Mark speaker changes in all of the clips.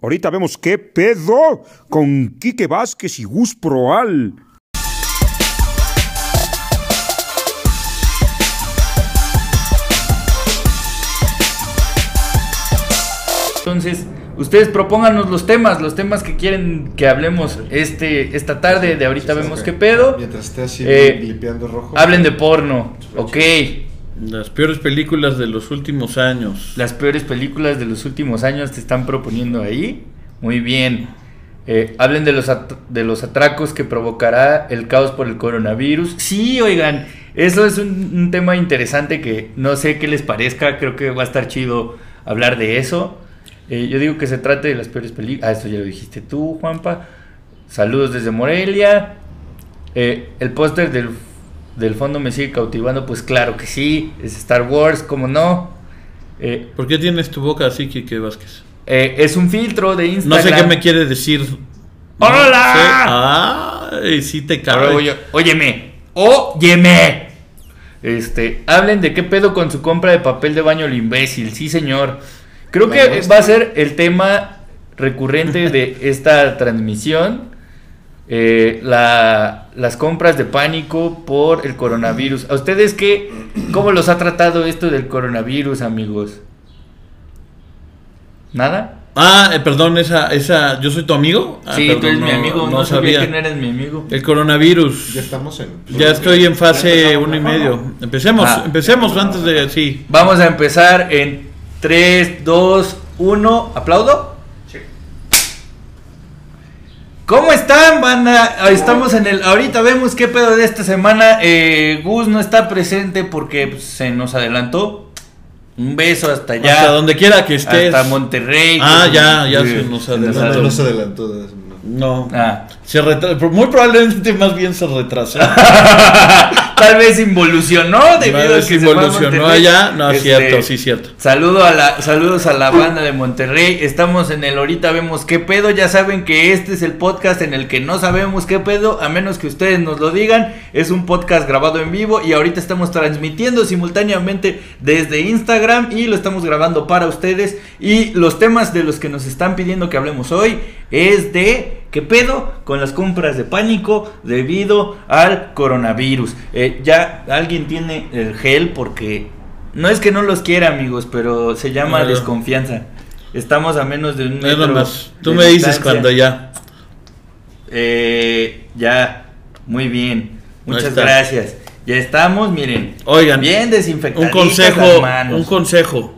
Speaker 1: Ahorita vemos qué pedo con Quique Vázquez y Gus Proal.
Speaker 2: Entonces, ustedes propónganos los temas, los temas que quieren que hablemos este esta tarde de ahorita vemos qué pedo.
Speaker 3: Mientras esté así
Speaker 2: Eh,
Speaker 3: limpiando rojo.
Speaker 2: Hablen de porno, ok.
Speaker 4: Las peores películas de los últimos años.
Speaker 2: Las peores películas de los últimos años te están proponiendo ahí. Muy bien. Eh, hablen de los, at- de los atracos que provocará el caos por el coronavirus. Sí, oigan, eso es un, un tema interesante que no sé qué les parezca. Creo que va a estar chido hablar de eso. Eh, yo digo que se trate de las peores películas. Ah, esto ya lo dijiste tú, Juanpa. Saludos desde Morelia. Eh, el póster del, del fondo me sigue cautivando. Pues claro que sí. Es Star Wars, ¿cómo no? Eh,
Speaker 4: ¿Por qué tienes tu boca así, Quique Vázquez?
Speaker 2: eh, es un filtro de
Speaker 4: No
Speaker 2: Instagram.
Speaker 4: sé qué me quiere decir. No
Speaker 2: ¡Hola!
Speaker 4: sé. Ay, sí te
Speaker 2: Ahora
Speaker 4: cago.
Speaker 2: voy yo. Óyeme. Óyeme. Este, hablen de qué pedo con su compra de papel de baño el imbécil. Sí, señor. Creo
Speaker 3: La
Speaker 2: que
Speaker 3: nuestra.
Speaker 2: va a ser el tema recurrente de esta transmisión. Eh, la- las compras de pánico por el coronavirus. ¿A ustedes qué? ¿Cómo los ha tratado esto del coronavirus, amigos? ¿Nada?
Speaker 4: Ah, eh, perdón, esa, esa, yo soy tu amigo. Ah,
Speaker 2: sí,
Speaker 4: perdón,
Speaker 2: tú eres
Speaker 4: no-
Speaker 2: mi amigo. No,
Speaker 4: No
Speaker 2: sabía
Speaker 4: sabía.
Speaker 2: que no eres mi amigo.
Speaker 4: El coronavirus.
Speaker 3: Ya estamos en.
Speaker 4: Ya estoy en fase uno y medio. Empecemos,
Speaker 2: Ah.
Speaker 4: empecemos antes de sí.
Speaker 2: Vamos a empezar en 3, 2, 1. ¿Aplaudo? ¿Cómo están, banda? Estamos en el. Ahorita vemos qué pedo de esta semana. Eh, Gus no está presente porque pues, se nos adelantó. Un beso hasta allá.
Speaker 4: Hasta donde quiera que estés.
Speaker 2: Hasta Monterrey.
Speaker 4: Ah,
Speaker 2: Eh,
Speaker 4: ya, ya
Speaker 2: eh,
Speaker 4: se nos
Speaker 3: No, no,
Speaker 4: adelantó.
Speaker 3: no se adelantó. no.
Speaker 4: No.
Speaker 2: Ah.
Speaker 4: Se retra- Muy probablemente más bien se retrasó.
Speaker 2: Ah. Tal vez involucionó debido a
Speaker 4: Vez
Speaker 2: que se fue a
Speaker 4: involucionó
Speaker 2: Monterrey.
Speaker 4: allá. No,
Speaker 2: Este,
Speaker 4: cierto, sí, cierto.
Speaker 2: Saludo a la, saludos a la banda de Monterrey. Estamos en el ahorita vemos qué pedo. Ya saben que este es el podcast en el que no sabemos qué pedo, a menos que ustedes nos lo digan. Es un podcast grabado en vivo y ahorita estamos transmitiendo simultáneamente desde Instagram y lo estamos grabando para ustedes. Y los temas de los que nos están pidiendo que hablemos hoy es de qué pedo con las compras de pánico debido al coronavirus. Eh, ya alguien tiene el gel porque no es que no los quiera, amigos, pero se llama
Speaker 4: No.
Speaker 2: desconfianza. Estamos a menos de un metro.
Speaker 4: Nada más. Tú
Speaker 2: de
Speaker 4: me dices
Speaker 2: distancia.
Speaker 4: cuando ya.
Speaker 2: Eh, ya, muy bien.
Speaker 4: Ahí
Speaker 2: Muchas
Speaker 4: está.
Speaker 2: gracias. Ya estamos, miren.
Speaker 4: Oigan,
Speaker 2: bien
Speaker 4: un
Speaker 2: desinfectaditas las
Speaker 4: consejo,
Speaker 2: manos.
Speaker 4: un consejo.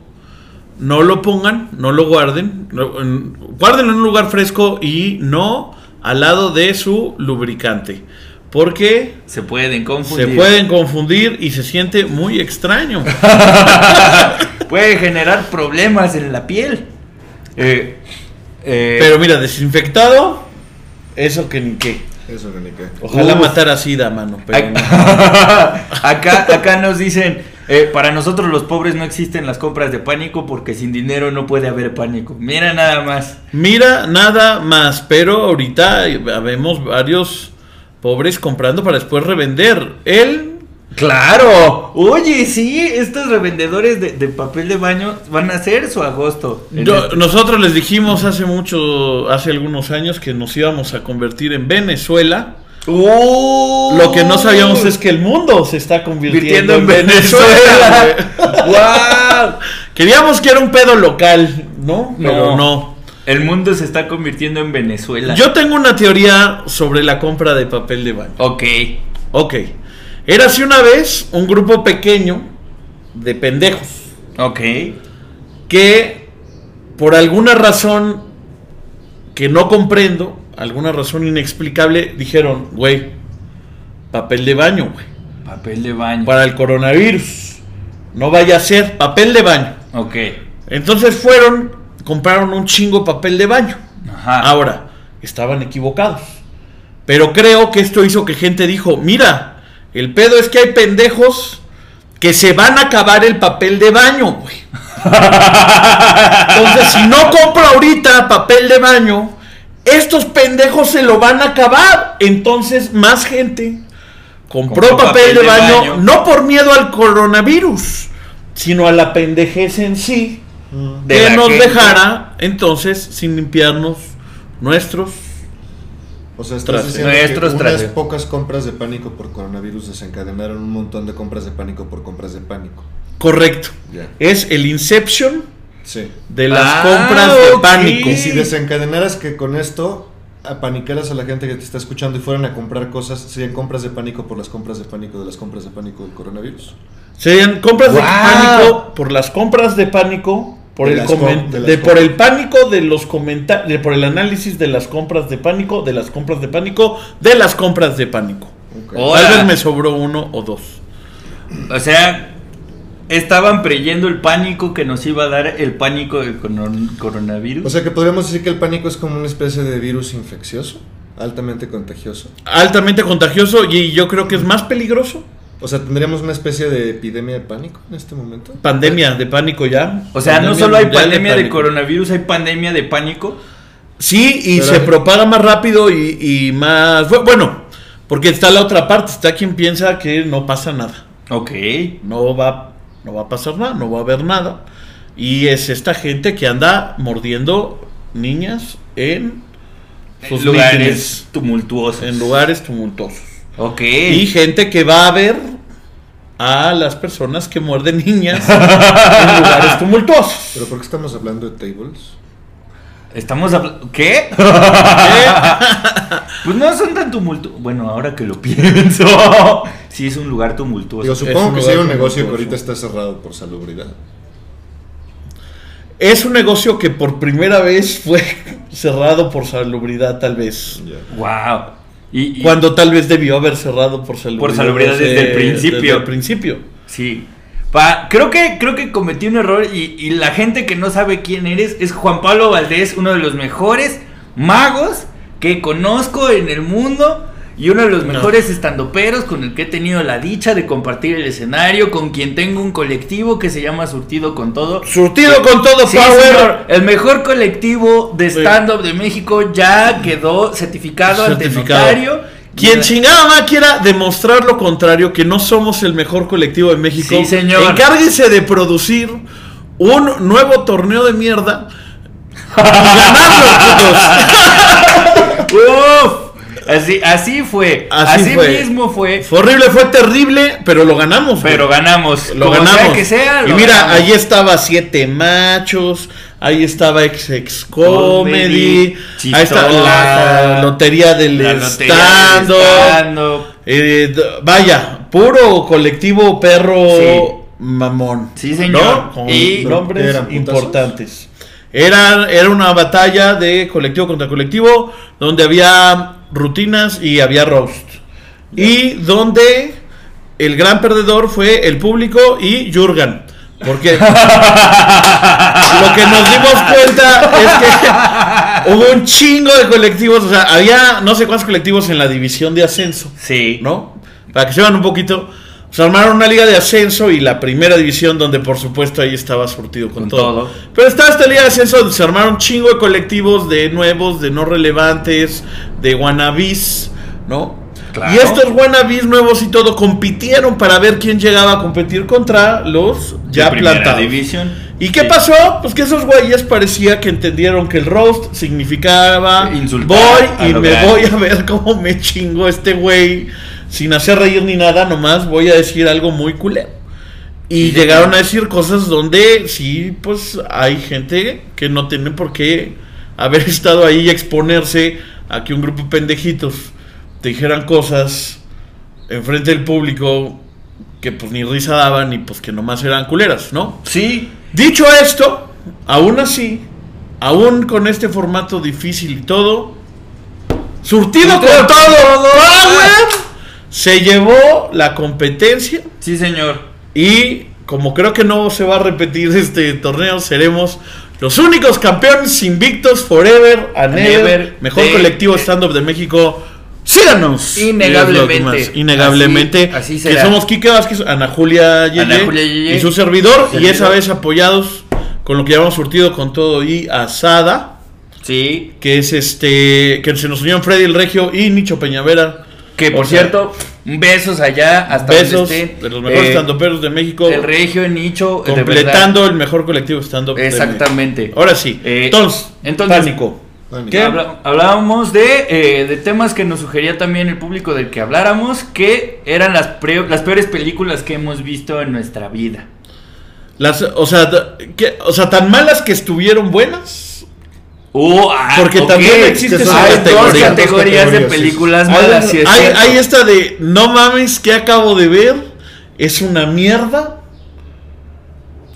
Speaker 4: No lo pongan, no lo guarden, no- en- guárdenlo en un lugar fresco y no al lado de su lubricante, porque
Speaker 2: se pueden
Speaker 4: se
Speaker 2: confundir.
Speaker 4: pueden confundir y se siente muy extraño.
Speaker 2: Puede generar problemas en la piel. Eh, eh,
Speaker 4: Pero mira, desinfectado, eso que ni qué.
Speaker 3: Eso, Renica.
Speaker 4: Ojalá
Speaker 2: Uf.
Speaker 4: matara sida, mano. pero
Speaker 2: Ac-
Speaker 4: no.
Speaker 2: acá, acá nos dicen, eh, para nosotros los pobres no existen las compras de pánico porque sin dinero no puede haber pánico. Mira nada más.
Speaker 4: Mira, nada más, pero ahorita vemos varios pobres comprando para después revender. Él
Speaker 2: Claro. Oye, sí, estos revendedores de, de papel de baño van a hacer su agosto. En
Speaker 4: Yo-
Speaker 2: este-
Speaker 4: nosotros les dijimos hace mucho, hace algunos años que nos íbamos a convertir en Venezuela.
Speaker 2: ¡Oh!
Speaker 4: Lo que no sabíamos es que el mundo se está
Speaker 2: Virtiendo
Speaker 4: convirtiendo
Speaker 2: en
Speaker 4: en Venezuela. güey.
Speaker 2: Venezuela. ¡Wow!
Speaker 4: Queríamos que era un pedo local, ¿no?
Speaker 2: No.
Speaker 4: Pero no.
Speaker 2: El mundo se está convirtiendo en Venezuela.
Speaker 4: Yo tengo una teoría sobre la compra de papel de baño.
Speaker 2: Ok.
Speaker 4: Ok. Era así una vez un grupo pequeño de pendejos
Speaker 2: Ok.
Speaker 4: que por alguna razón que no comprendo, alguna razón inexplicable, dijeron, güey, papel de baño, güey,
Speaker 2: Papel de baño.
Speaker 4: para el coronavirus. No vaya a ser papel de baño.
Speaker 2: Ok.
Speaker 4: Entonces fueron, compraron un chingo papel de baño. Ah,
Speaker 2: Ajá.
Speaker 4: Ahora, estaban equivocados. Pero creo que esto hizo que gente dijo, mira, el pedo es que hay pendejos que se van a acabar el papel de baño, güey. Entonces, si no compro ahorita papel de baño, estos pendejos se lo van a acabar. Entonces, más gente compró,
Speaker 2: Compró
Speaker 4: papel,
Speaker 2: papel
Speaker 4: de,
Speaker 2: de
Speaker 4: baño,
Speaker 2: baño.
Speaker 4: no por miedo al coronavirus, sino a la pendejez en sí
Speaker 2: de
Speaker 4: que
Speaker 2: la
Speaker 4: nos
Speaker 2: gente.
Speaker 4: dejara entonces sin limpiarnos nuestros.
Speaker 3: O sea,
Speaker 4: Tras-
Speaker 3: estás diciendo
Speaker 2: nuestros
Speaker 3: que unas
Speaker 2: tras-
Speaker 3: pocas compras de pánico por coronavirus desencadenaron un montón de compras de pánico por compras de pánico.
Speaker 4: Correcto.
Speaker 3: Ya.
Speaker 4: Es el Inception
Speaker 3: Sí.
Speaker 4: de las
Speaker 2: Ah,
Speaker 4: compras de
Speaker 2: ok.
Speaker 4: pánico.
Speaker 3: Y si desencadenaras que con esto apanicaras a la gente que te está escuchando y fueran a comprar cosas, serían compras de pánico por las compras de pánico de las compras de pánico del coronavirus.
Speaker 4: Serían compras de
Speaker 2: Wow.
Speaker 4: pánico por las compras de pánico, por
Speaker 3: De
Speaker 4: el
Speaker 3: las
Speaker 4: comen-
Speaker 3: com- de las
Speaker 4: de- por
Speaker 3: compras.
Speaker 4: el pánico de los comentarios, por el análisis de las compras de pánico, de las compras de pánico, de las compras de pánico.
Speaker 3: Ok.
Speaker 2: Oh.
Speaker 4: Tal
Speaker 2: Ahora.
Speaker 4: vez me sobró uno o dos.
Speaker 2: O sea, estaban preyendo el pánico que nos iba a dar el pánico del cono- coronavirus.
Speaker 3: O sea que podríamos decir que el pánico es como una especie de virus infeccioso, altamente contagioso.
Speaker 4: Altamente contagioso y yo creo que es más peligroso.
Speaker 3: O sea, tendríamos una especie de epidemia de pánico en este momento.
Speaker 4: Pandemia de pánico ya.
Speaker 2: O sea, no
Speaker 4: Pandemia
Speaker 2: solo hay
Speaker 4: mundial
Speaker 2: pandemia de
Speaker 4: pánico.
Speaker 2: coronavirus, hay pandemia de pánico.
Speaker 4: Sí, y
Speaker 3: Pero-
Speaker 4: se propaga más rápido y, y más. bu- Bueno, porque está la otra parte, está quien piensa que no pasa nada.
Speaker 2: Ok.
Speaker 4: No va, no va a pasar nada, no va a haber nada. Y es esta gente que anda mordiendo niñas en sus
Speaker 2: lugares
Speaker 4: mítines,
Speaker 2: tumultuosos.
Speaker 4: en lugares tumultuosos.
Speaker 2: Ok.
Speaker 4: Y gente que va a ver a las personas que muerden niñas en lugares tumultuosos.
Speaker 3: Pero ¿por qué estamos hablando de tables?
Speaker 2: Estamos hablando. ¿Qué?
Speaker 4: ¿Eh?
Speaker 2: pues no son tan tumultuosos. Bueno, ahora que lo pienso. sí, Pues es un lugar
Speaker 3: Digo,
Speaker 2: tumultuoso.
Speaker 3: supongo
Speaker 4: un
Speaker 3: que
Speaker 4: lugar
Speaker 3: sí hay un
Speaker 4: muy
Speaker 3: negocio que
Speaker 4: costoso.
Speaker 3: ahorita está cerrado por salubridad.
Speaker 4: Es un negocio que por primera vez fue cerrado por salubridad, tal vez.
Speaker 3: Ya.
Speaker 2: Wow. Y, y-
Speaker 4: Cuando tal vez debió haber cerrado por salubridad.
Speaker 2: Por salubridad desde el principio.
Speaker 4: Desde el principio.
Speaker 2: Sí. Pa- creo, que, creo que cometí un error y, y la gente que no sabe quién eres es Juan Pablo Valdés, uno de los mejores magos que conozco en el mundo y uno de los
Speaker 4: No.
Speaker 2: mejores estandoperos con el que he tenido la dicha de compartir el escenario, con quien tengo un colectivo que se llama Surtido con Todo.
Speaker 4: Surtido con todo
Speaker 2: Sí,
Speaker 4: power.
Speaker 2: señor, el mejor colectivo de
Speaker 4: Sí.
Speaker 2: stand-up de México ya quedó certificado,
Speaker 4: Certificado.
Speaker 2: ante notario.
Speaker 4: Quien
Speaker 2: Y-
Speaker 4: chingada más quiera demostrar lo contrario, que no somos el mejor colectivo de México,
Speaker 2: Sí, señor.
Speaker 4: encárguense de producir un nuevo torneo de mierda y ganarlo,
Speaker 2: Uf, así, así fue. Así,
Speaker 4: Así fue.
Speaker 2: mismo fue.
Speaker 4: putos. Fue horrible, fue terrible, pero lo ganamos. güey.
Speaker 2: Pero ganamos.
Speaker 4: lo
Speaker 2: Como sea
Speaker 4: ganamos.
Speaker 2: que sea,
Speaker 4: y
Speaker 2: lo
Speaker 4: mira,
Speaker 2: ganamos.
Speaker 4: ahí estaba Siete Machos, ahí estaba Ex Ex Comedy,
Speaker 2: Comedy,
Speaker 4: ahí estaba
Speaker 2: Chistosa,
Speaker 4: la Lotería del
Speaker 2: La lotería del
Speaker 4: Estando.
Speaker 2: stand-up.
Speaker 4: Eh, d- vaya, puro colectivo perro
Speaker 2: Sí.
Speaker 4: mamón.
Speaker 2: Sí, señor.
Speaker 4: ¿No? Con
Speaker 2: Y-
Speaker 4: nombres
Speaker 3: ¿Eran putazos?
Speaker 4: importantes. Era, era una batalla de colectivo contra colectivo donde había rutinas y había roast. Y donde el gran perdedor fue el público y Jurgen. Porque lo que nos dimos cuenta es que hubo un chingo de colectivos. O sea, había no sé cuántos colectivos en la división de ascenso.
Speaker 2: Sí.
Speaker 4: ¿no? Para que se vean un poquito. Se armaron una liga de ascenso y la primera división, donde por supuesto ahí estaba surtido con,
Speaker 2: Con
Speaker 4: todo.
Speaker 2: todo.
Speaker 4: Pero estaba esta liga de ascenso donde se armaron chingo de colectivos de nuevos, de no relevantes, de wannabis, ¿no?
Speaker 2: Claro.
Speaker 4: Y estos wannabis nuevos y todo compitieron para ver quién llegaba a competir contra los ya
Speaker 2: De primera
Speaker 4: plantados.
Speaker 2: división.
Speaker 4: ¿Y qué
Speaker 2: Sí.
Speaker 4: pasó? Pues que esos güeyes parecía que entendieron que el roast significaba
Speaker 2: Insultar a
Speaker 4: voy y
Speaker 2: lo
Speaker 4: me
Speaker 2: grande.
Speaker 4: voy a ver cómo me chingo este güey sin hacer reír ni nada, nomás voy a decir algo muy culero. Y
Speaker 2: Sí,
Speaker 4: llegaron
Speaker 2: sí.
Speaker 4: a decir cosas donde sí, pues hay gente que no tiene por qué haber estado ahí y exponerse a que un grupo de pendejitos te dijeran cosas enfrente del público que pues ni risa daban y pues que nomás eran culeras, ¿no?
Speaker 2: Sí.
Speaker 4: Dicho esto, aún así, aún con este formato difícil y todo, surtido
Speaker 2: Surtido
Speaker 4: con
Speaker 2: con
Speaker 4: todo, Ah. Power se llevó la competencia
Speaker 2: Sí, señor.
Speaker 4: y como creo que no se va a repetir este torneo, seremos los únicos campeones invictos forever and ever.
Speaker 2: Never
Speaker 4: Mejor
Speaker 2: de-
Speaker 4: colectivo stand-up de México. Síganos.
Speaker 2: Innegablemente.
Speaker 4: Es lo que más- Innegablemente.
Speaker 2: Así- así
Speaker 4: Que
Speaker 2: será.
Speaker 4: somos Quique Vázquez, Ana Julia Yeye,
Speaker 2: Ana Julia Yeye.
Speaker 4: y su servidor.
Speaker 2: Su
Speaker 4: Y esa
Speaker 2: servidor.
Speaker 4: vez apoyados con lo que llamamos surtido con todo y asada.
Speaker 2: Sí.
Speaker 4: Que es este. Que se nos unieron Freddy el Regio y Nicho Peñavera.
Speaker 2: Que por
Speaker 4: O sea,
Speaker 2: cierto, Besos allá, hasta
Speaker 4: Besos
Speaker 2: donde esté.
Speaker 4: de los mejores
Speaker 2: Eh,
Speaker 4: estandoperos de México.
Speaker 2: El regio, el nicho, de verdad.
Speaker 4: completando el mejor colectivo stand-up. de
Speaker 2: Exactamente.
Speaker 4: México. Ahora sí.
Speaker 2: Eh,
Speaker 4: entonces,
Speaker 2: entonces-
Speaker 4: pánico.
Speaker 3: Pánico.
Speaker 4: ¿Qué?
Speaker 2: Habla- hablábamos de, eh, de temas que nos sugería también el público del que habláramos, que eran las, pre- las peores películas que hemos visto en nuestra vida.
Speaker 4: Las, o, sea, t- ¿qué? o sea, tan malas que estuvieron buenas.
Speaker 2: Uh, ah,
Speaker 4: Porque
Speaker 2: ok.
Speaker 4: también existe
Speaker 2: Hay
Speaker 4: esa
Speaker 2: dos
Speaker 4: categoría.
Speaker 2: categorías de
Speaker 3: Dos categorías,
Speaker 2: películas
Speaker 4: Hay,
Speaker 2: malas. sí es
Speaker 4: hay-
Speaker 2: cierto.
Speaker 4: hay esta de no mames, que acabo de ver? Es una mierda.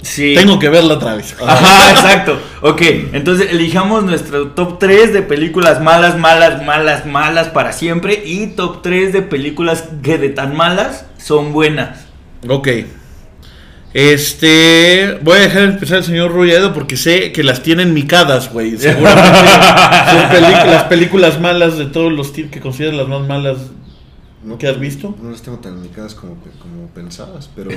Speaker 2: Sí.
Speaker 4: Tengo que verla otra vez. Ah,
Speaker 2: Ajá, exacto. Ok, entonces elijamos nuestro top 3 de películas malas, malas, malas, malas para siempre y top 3 de películas que de tan malas son buenas.
Speaker 4: Ok. Este. Voy a dejar empezar al señor Rulledo porque sé que las tienen micadas, güey. Seguramente son peli- las películas malas de todos los tips que consideras las más malas.
Speaker 3: No-
Speaker 4: ¿Qué has visto?
Speaker 3: No las tengo tan indicadas como, pe- como pensabas, pero.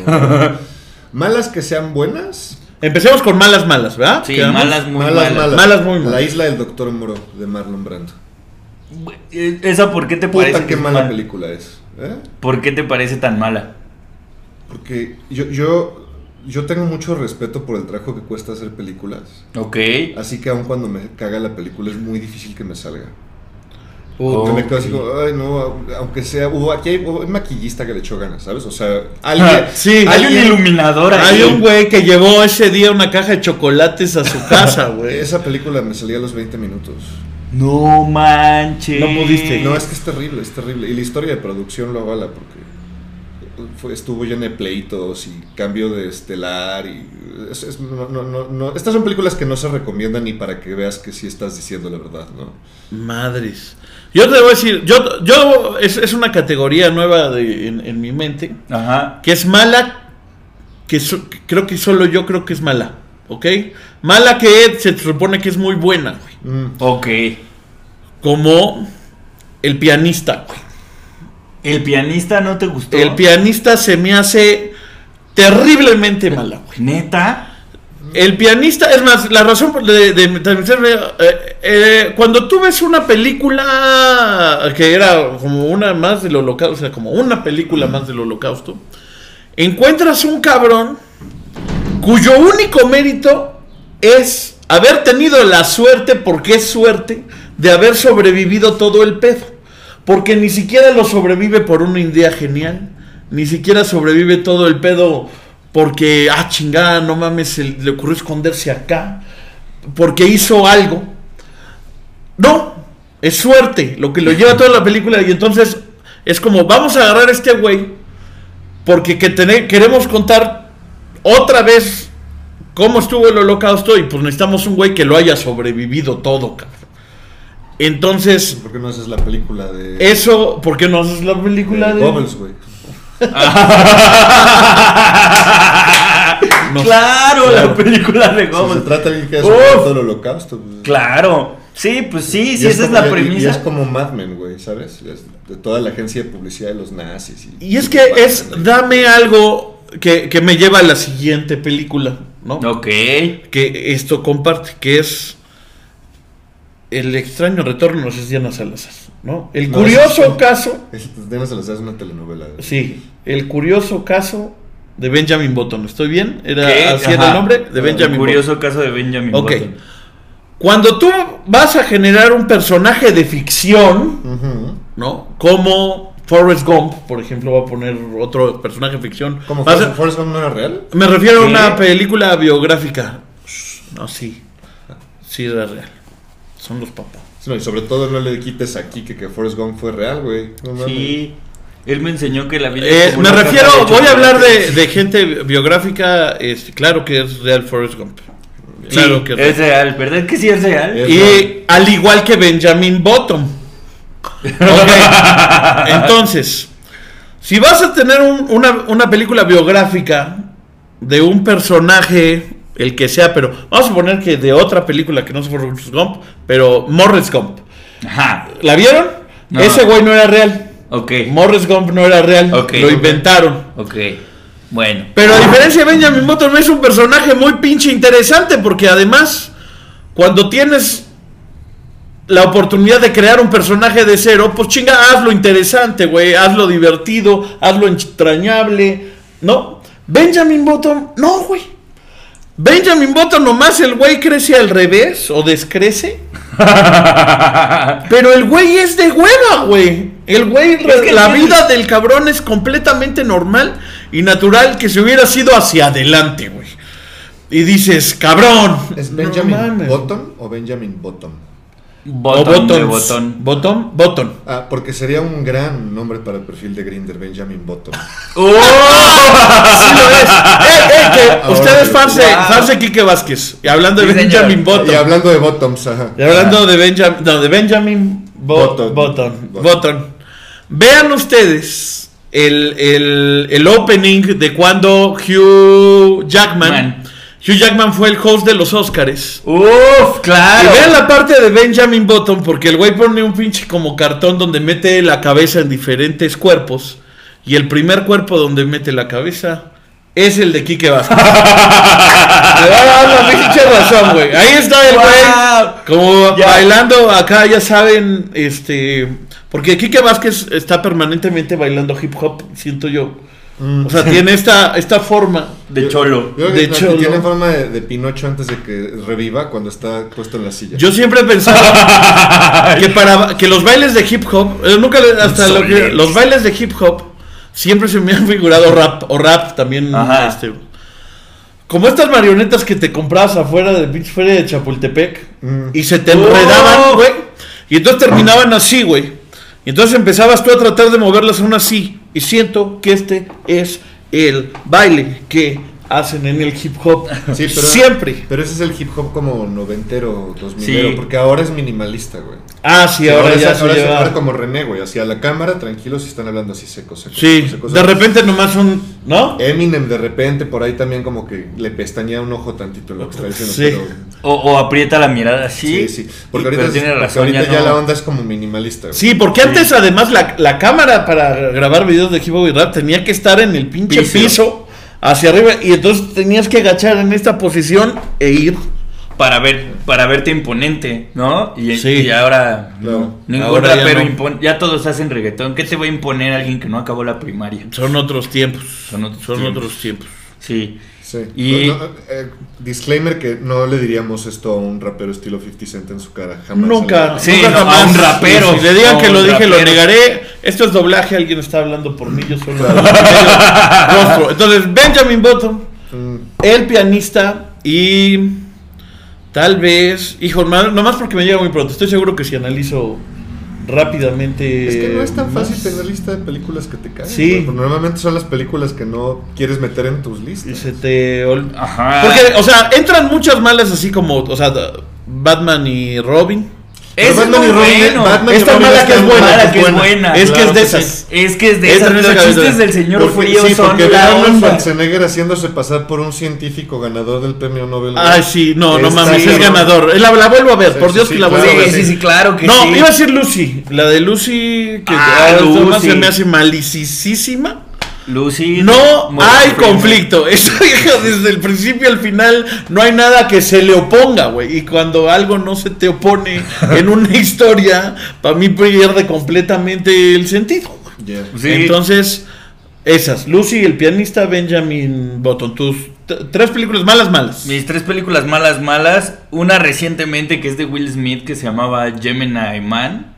Speaker 3: malas que sean buenas.
Speaker 4: Empecemos con malas, malas, ¿verdad?
Speaker 2: Sí,
Speaker 4: ¿Quedamos?
Speaker 2: malas, muy
Speaker 3: malas,
Speaker 2: malas.
Speaker 3: malas.
Speaker 4: Malas, muy malas.
Speaker 3: La isla del Doctor Moro de Marlon Brando.
Speaker 2: Eh, ¿Esa por qué te parece?
Speaker 3: Puta,
Speaker 2: que
Speaker 3: qué
Speaker 2: es
Speaker 3: mala
Speaker 2: mal-
Speaker 3: película es. ¿eh?
Speaker 2: ¿Por qué te parece tan mala?
Speaker 3: Porque yo, yo, yo tengo mucho respeto por el trabajo que cuesta hacer películas.
Speaker 2: Ok.
Speaker 3: Así que aun cuando me caga la película es muy difícil que me salga.
Speaker 2: Oh.
Speaker 4: Uh,
Speaker 3: Que me quedo así como, ay no, aunque sea, hubo, aquí hay, hubo- hay maquillista que le echó ganas, ¿sabes? O sea, alguien,
Speaker 4: Sí,
Speaker 2: Hay un
Speaker 3: alguien-
Speaker 2: iluminador ahí.
Speaker 4: Hay un güey que llevó ese día una caja de chocolates a su casa, güey.
Speaker 3: Esa película me salía a los 20 minutos.
Speaker 2: No manches.
Speaker 4: No pudiste.
Speaker 3: No, es que es terrible, es terrible. Y la historia de producción lo avala porque fue- estuvo llena de pleitos y cambio de estelar y... es- es- no, no, no, no. Estas son películas que no se recomiendan ni para que veas que sí estás diciendo la verdad, ¿no?
Speaker 4: Madres. Yo te voy a decir, yo, yo es, es una categoría nueva de- en, en mi mente.
Speaker 2: Ajá.
Speaker 4: que es mala, que so- que creo que solo yo creo que es mala, ¿ok? Mala que se supone que es muy buena, güey.
Speaker 3: Mm.
Speaker 2: Ok.
Speaker 4: Como el pianista, güey.
Speaker 2: ¿El pianista no te gustó?
Speaker 4: El pianista se me hace terriblemente mala, güey.
Speaker 2: ¿Neta?
Speaker 4: El pianista, es más, la razón por- de, de mi transmisión, eh, eh, cuando tú ves una película que era como una más del holocausto, o sea, como una película más del holocausto, encuentras un cabrón cuyo único mérito es haber tenido la suerte, porque es suerte, de haber sobrevivido todo el pedo. Porque ni siquiera lo sobrevive por una idea genial, ni siquiera sobrevive todo el pedo porque, ah, chingada, no mames, se le ocurrió esconderse acá, porque hizo algo. No, es suerte, lo que lo lleva toda la película y entonces es como, vamos a agarrar a este güey, porque que tene- queremos contar otra vez cómo estuvo el holocausto y pues necesitamos un güey que lo haya sobrevivido todo, cabrón. Entonces,
Speaker 3: ¿Por qué no haces la película de...
Speaker 4: eso, ¿por qué no haces la película de...
Speaker 3: Bubbles, güey.
Speaker 4: No.
Speaker 2: claro, la
Speaker 3: Claro.
Speaker 2: película de
Speaker 3: Si se
Speaker 2: Goebbels.
Speaker 3: trata de alguien que haya
Speaker 2: Uf.
Speaker 3: sobrevivido todo el holocausto. pues,
Speaker 2: Claro. Sí, pues sí,
Speaker 3: y
Speaker 2: sí, esa es
Speaker 3: como-
Speaker 2: la
Speaker 3: y- Y, es
Speaker 2: premisa.
Speaker 3: como Mad Men, güey, ¿sabes? Es de toda la agencia de publicidad de los nazis. Y,
Speaker 4: Y es que es, dame algo que, que me lleva a la siguiente película, ¿no?
Speaker 2: Ok.
Speaker 4: Que esto comparte, que es El extraño retorno, no sé si Diana Salazar, ¿no? El
Speaker 3: No,
Speaker 4: curioso
Speaker 3: sí, sí.
Speaker 4: caso,
Speaker 3: Es, de las es una telenovela. güey.
Speaker 4: sí, el curioso caso de Benjamin Button, ¿estoy bien? Era
Speaker 2: ¿Qué?
Speaker 4: así era
Speaker 2: Ajá.
Speaker 4: el nombre, de Benjamin
Speaker 2: El
Speaker 4: Button.
Speaker 2: curioso caso de Benjamin
Speaker 4: Ok.
Speaker 2: Button.
Speaker 4: Cuando tú vas a generar un personaje de ficción,
Speaker 3: Ujú.
Speaker 4: ¿no? Como Forrest Gump, por ejemplo, va a poner otro personaje de ficción.
Speaker 3: ¿Cómo?
Speaker 4: Vas a-
Speaker 3: ¿Forrest Forrest Gump no era real?
Speaker 4: Me refiero
Speaker 2: ¿Qué?
Speaker 4: a una película biográfica. No, sí. Sí, era real. Son los papás.
Speaker 3: Sí, no, y sobre todo no le quites aquí que, que Forrest Gump fue real, güey. No mames.
Speaker 2: Sí. Él me enseñó que la vida.
Speaker 4: Eh,
Speaker 2: es como
Speaker 4: me
Speaker 2: una
Speaker 4: refiero,
Speaker 2: caja de
Speaker 4: voy a hablar de,
Speaker 2: chocolates.
Speaker 4: de gente bi- biográfica. este, claro que es real Forrest Gump.
Speaker 2: Sí,
Speaker 4: Claro que es
Speaker 2: es real, ¿verdad que sí es real?
Speaker 3: Es-
Speaker 4: Y
Speaker 3: real.
Speaker 4: al igual que Benjamin Bottom. Ok. Entonces, si vas a tener un- una, una película biográfica de un personaje, el que sea, pero vamos a poner que de otra película que no es Forrest Gump, pero Morris Gump.
Speaker 2: Ajá.
Speaker 4: ¿La vieron?
Speaker 2: No.
Speaker 4: Ese güey no era real.
Speaker 2: Ok.
Speaker 4: Morris Gump no era real.
Speaker 2: Ok.
Speaker 4: Lo
Speaker 2: Ok.
Speaker 4: inventaron.
Speaker 2: Ok. Bueno.
Speaker 4: Pero a diferencia de Benjamin Button, es un personaje muy pinche interesante porque además, cuando tienes la oportunidad de crear un personaje de cero, pues chinga, hazlo interesante, güey, hazlo divertido, hazlo entrañable, ¿no? Benjamin Button, no, güey. Benjamin Button nomás el güey crece al revés o descrece. Pero el güey es de hueva, güey. El güey,
Speaker 2: Es que
Speaker 4: la
Speaker 2: el güey-
Speaker 4: vida del cabrón es completamente normal y natural que se hubiera sido hacia adelante, güey. Y dices, cabrón.
Speaker 3: ¿Es
Speaker 4: no
Speaker 3: Benjamin
Speaker 4: mames.
Speaker 3: Bottom o Benjamin Bottom?
Speaker 4: O
Speaker 2: Botón de
Speaker 4: Buttons.
Speaker 2: botón.
Speaker 4: Bottom, bottom.
Speaker 3: Ah, porque sería un gran nombre para el perfil de Grinder, Benjamin Bottom.
Speaker 4: Sí lo es. Eh, eh, que
Speaker 3: Ahora
Speaker 4: usted es
Speaker 3: sí.
Speaker 4: farse,
Speaker 2: Ah, Wow.
Speaker 4: farse Quique Vázquez. Y hablando de
Speaker 2: Sí, señor.
Speaker 4: Benjamin Button.
Speaker 3: Y hablando de Bottoms, ajá.
Speaker 4: Y hablando de Benjamin. No, de Benjamin Bo-
Speaker 3: Button.
Speaker 4: Button.
Speaker 3: Button.
Speaker 4: Button. Vean ustedes el, el- el opening de cuando Hugh Jackman.
Speaker 2: Man.
Speaker 4: Hugh Jackman fue el host de los Oscars.
Speaker 2: Uf, claro.
Speaker 4: Y vean la parte de Benjamin Button, porque el güey pone un pinche como cartón donde mete la cabeza en diferentes cuerpos. Y el primer cuerpo donde mete la cabeza es el de Quique Vázquez. Me va a dar la pinche razón, güey. Ahí está el
Speaker 2: Wow.
Speaker 4: güey. Como
Speaker 2: Ya.
Speaker 4: bailando acá, ya saben, este. Porque Quique Vázquez está permanentemente bailando hip hop, siento yo.
Speaker 2: Mm.
Speaker 4: O sea, tiene esta, esta forma.
Speaker 2: De
Speaker 3: Yo-
Speaker 2: cholo.
Speaker 3: Yo creo
Speaker 4: De
Speaker 3: que no, que
Speaker 4: cholo.
Speaker 3: tiene forma de, de Pinocho antes de que reviva cuando está puesto en la silla.
Speaker 4: Yo siempre he pensado que para que los bailes de hip hop, eh, nunca le- hasta lo que-
Speaker 2: Insolentes.
Speaker 4: los bailes de hip hop siempre se me han figurado rap o rap también
Speaker 2: Ajá.
Speaker 4: este, como estas marionetas que te comprabas afuera de pinche feria de Chapultepec
Speaker 3: Mm.
Speaker 4: y se te
Speaker 2: Oh.
Speaker 4: enredaban, güey, y entonces terminaban así, güey. Y entonces empezabas tú a tratar de moverlas aún así y siento que este es el baile que hacen en el hip hop
Speaker 3: Sí, pero-
Speaker 4: siempre.
Speaker 3: Pero ese es el hip hop como noventero, dos
Speaker 2: Sí.
Speaker 3: porque ahora es minimalista, güey.
Speaker 4: Ah, sí, ahora,
Speaker 3: es-
Speaker 4: ya se
Speaker 3: ahora es
Speaker 4: lleva-
Speaker 3: hablar como René, güey, hacia la cámara, tranquilos si están hablando así secos. secos,
Speaker 4: Sí,
Speaker 3: secos, secos.
Speaker 4: de repente nomás un. ¿No?
Speaker 3: Eminem de repente por ahí también como que le pestañea un ojo tantito lo que está diciendo.
Speaker 4: Sí.
Speaker 3: pero-
Speaker 2: O, o aprieta la mirada así.
Speaker 3: sí, sí. Porque ahorita,
Speaker 2: Pero tiene
Speaker 3: porque
Speaker 2: razón,
Speaker 3: ahorita
Speaker 2: ya,
Speaker 3: ya,
Speaker 2: no.
Speaker 3: la onda es como minimalista. güey.
Speaker 4: Sí, porque antes además la, la cámara para grabar videos de hip hop y rap tenía que estar en el pinche
Speaker 2: Piso.
Speaker 4: piso. hacia arriba y entonces tenías que agachar en esta posición e ir.
Speaker 2: Para ver, para verte imponente, ¿no? Y,
Speaker 4: Sí.
Speaker 2: y ahora
Speaker 3: Claro.
Speaker 2: no, ningún
Speaker 4: Ahora ya
Speaker 2: rapero
Speaker 4: no.
Speaker 2: impone- ya todos hacen reggaetón. ¿Qué te va a imponer alguien que no acabó la primaria?
Speaker 4: Son otros tiempos.
Speaker 2: Son otros tiempos.
Speaker 4: otros tiempos.
Speaker 2: Sí.
Speaker 3: Sí.
Speaker 2: Y-
Speaker 3: No, no, eh, disclaimer que no le diríamos esto a un rapero estilo 50 Cent en su cara. Jamás.
Speaker 4: Nunca,
Speaker 2: Sí,
Speaker 4: nunca
Speaker 2: no, a un rapero.
Speaker 4: Si le digan
Speaker 2: A
Speaker 4: que
Speaker 2: un
Speaker 4: lo dije, lo
Speaker 2: rapero.
Speaker 4: negaré. Esto es doblaje, alguien está hablando por mí, yo solo. Rostro. Entonces, Benjamin Button.
Speaker 3: Mm,
Speaker 4: El pianista y tal vez, hijo, no- nomás porque me llega muy pronto, estoy seguro que si analizo rápidamente...
Speaker 3: Es que
Speaker 2: Eh,
Speaker 3: no es tan fácil
Speaker 4: más-
Speaker 3: tener lista de películas que te caen.
Speaker 4: Sí.
Speaker 3: güey, porque Normalmente son las películas que no quieres meter en tus
Speaker 4: y
Speaker 3: listas.
Speaker 4: se te ol-
Speaker 2: Ajá.
Speaker 4: Porque, o sea, entran muchas malas así como, o sea, da- Batman y Robin.
Speaker 2: Ese es
Speaker 3: Batman
Speaker 2: muy
Speaker 3: y Robin,
Speaker 2: bueno.
Speaker 3: Batman y
Speaker 4: Es tan
Speaker 3: Robin
Speaker 4: mala que es
Speaker 3: tan
Speaker 4: buena,
Speaker 2: Mala
Speaker 3: mala
Speaker 2: que es buena.
Speaker 4: Es que
Speaker 2: claro
Speaker 4: es de
Speaker 2: sí.
Speaker 4: esas.
Speaker 2: Es que es de esas.
Speaker 4: Entra en
Speaker 2: Los
Speaker 4: esa cabeza.
Speaker 2: chistes del señor
Speaker 3: Porque-
Speaker 2: frío
Speaker 3: sí,
Speaker 2: son
Speaker 3: porque
Speaker 2: la
Speaker 3: Arnold
Speaker 2: onda.
Speaker 3: Schwarzenegger haciéndose pasar por un científico ganador del premio Nobel. güey.
Speaker 2: Ah,
Speaker 4: Ay, sí, no, no
Speaker 3: Está
Speaker 4: mames, es
Speaker 3: cabrón.
Speaker 4: ganador. La, la vuelvo a ver,
Speaker 3: Sí,
Speaker 4: por
Speaker 3: sí,
Speaker 4: Dios
Speaker 3: sí,
Speaker 4: que la
Speaker 3: claro,
Speaker 4: vuelvo a ver.
Speaker 2: Sí, sí, sí, claro que
Speaker 4: no,
Speaker 2: sí.
Speaker 4: iba a decir Lucy, la de Lucy, que
Speaker 2: Ah,
Speaker 4: ah, además
Speaker 2: Lucy.
Speaker 4: se me hace malicísima.
Speaker 2: Lucy.
Speaker 4: No
Speaker 2: Morgan
Speaker 4: hay
Speaker 2: Freeman.
Speaker 4: conflicto. Esa vieja desde el principio al final no hay nada que se le oponga, güey. Y cuando algo no se te opone en una historia, para mí pierde completamente el sentido. güey.
Speaker 3: Yeah.
Speaker 2: Sí.
Speaker 4: Entonces, esas. Lucy, el pianista, Benjamin Button. Tus t- tres películas malas, malas.
Speaker 2: Mis tres películas malas, malas. Una recientemente que es de Will Smith que se llamaba Gemini Man.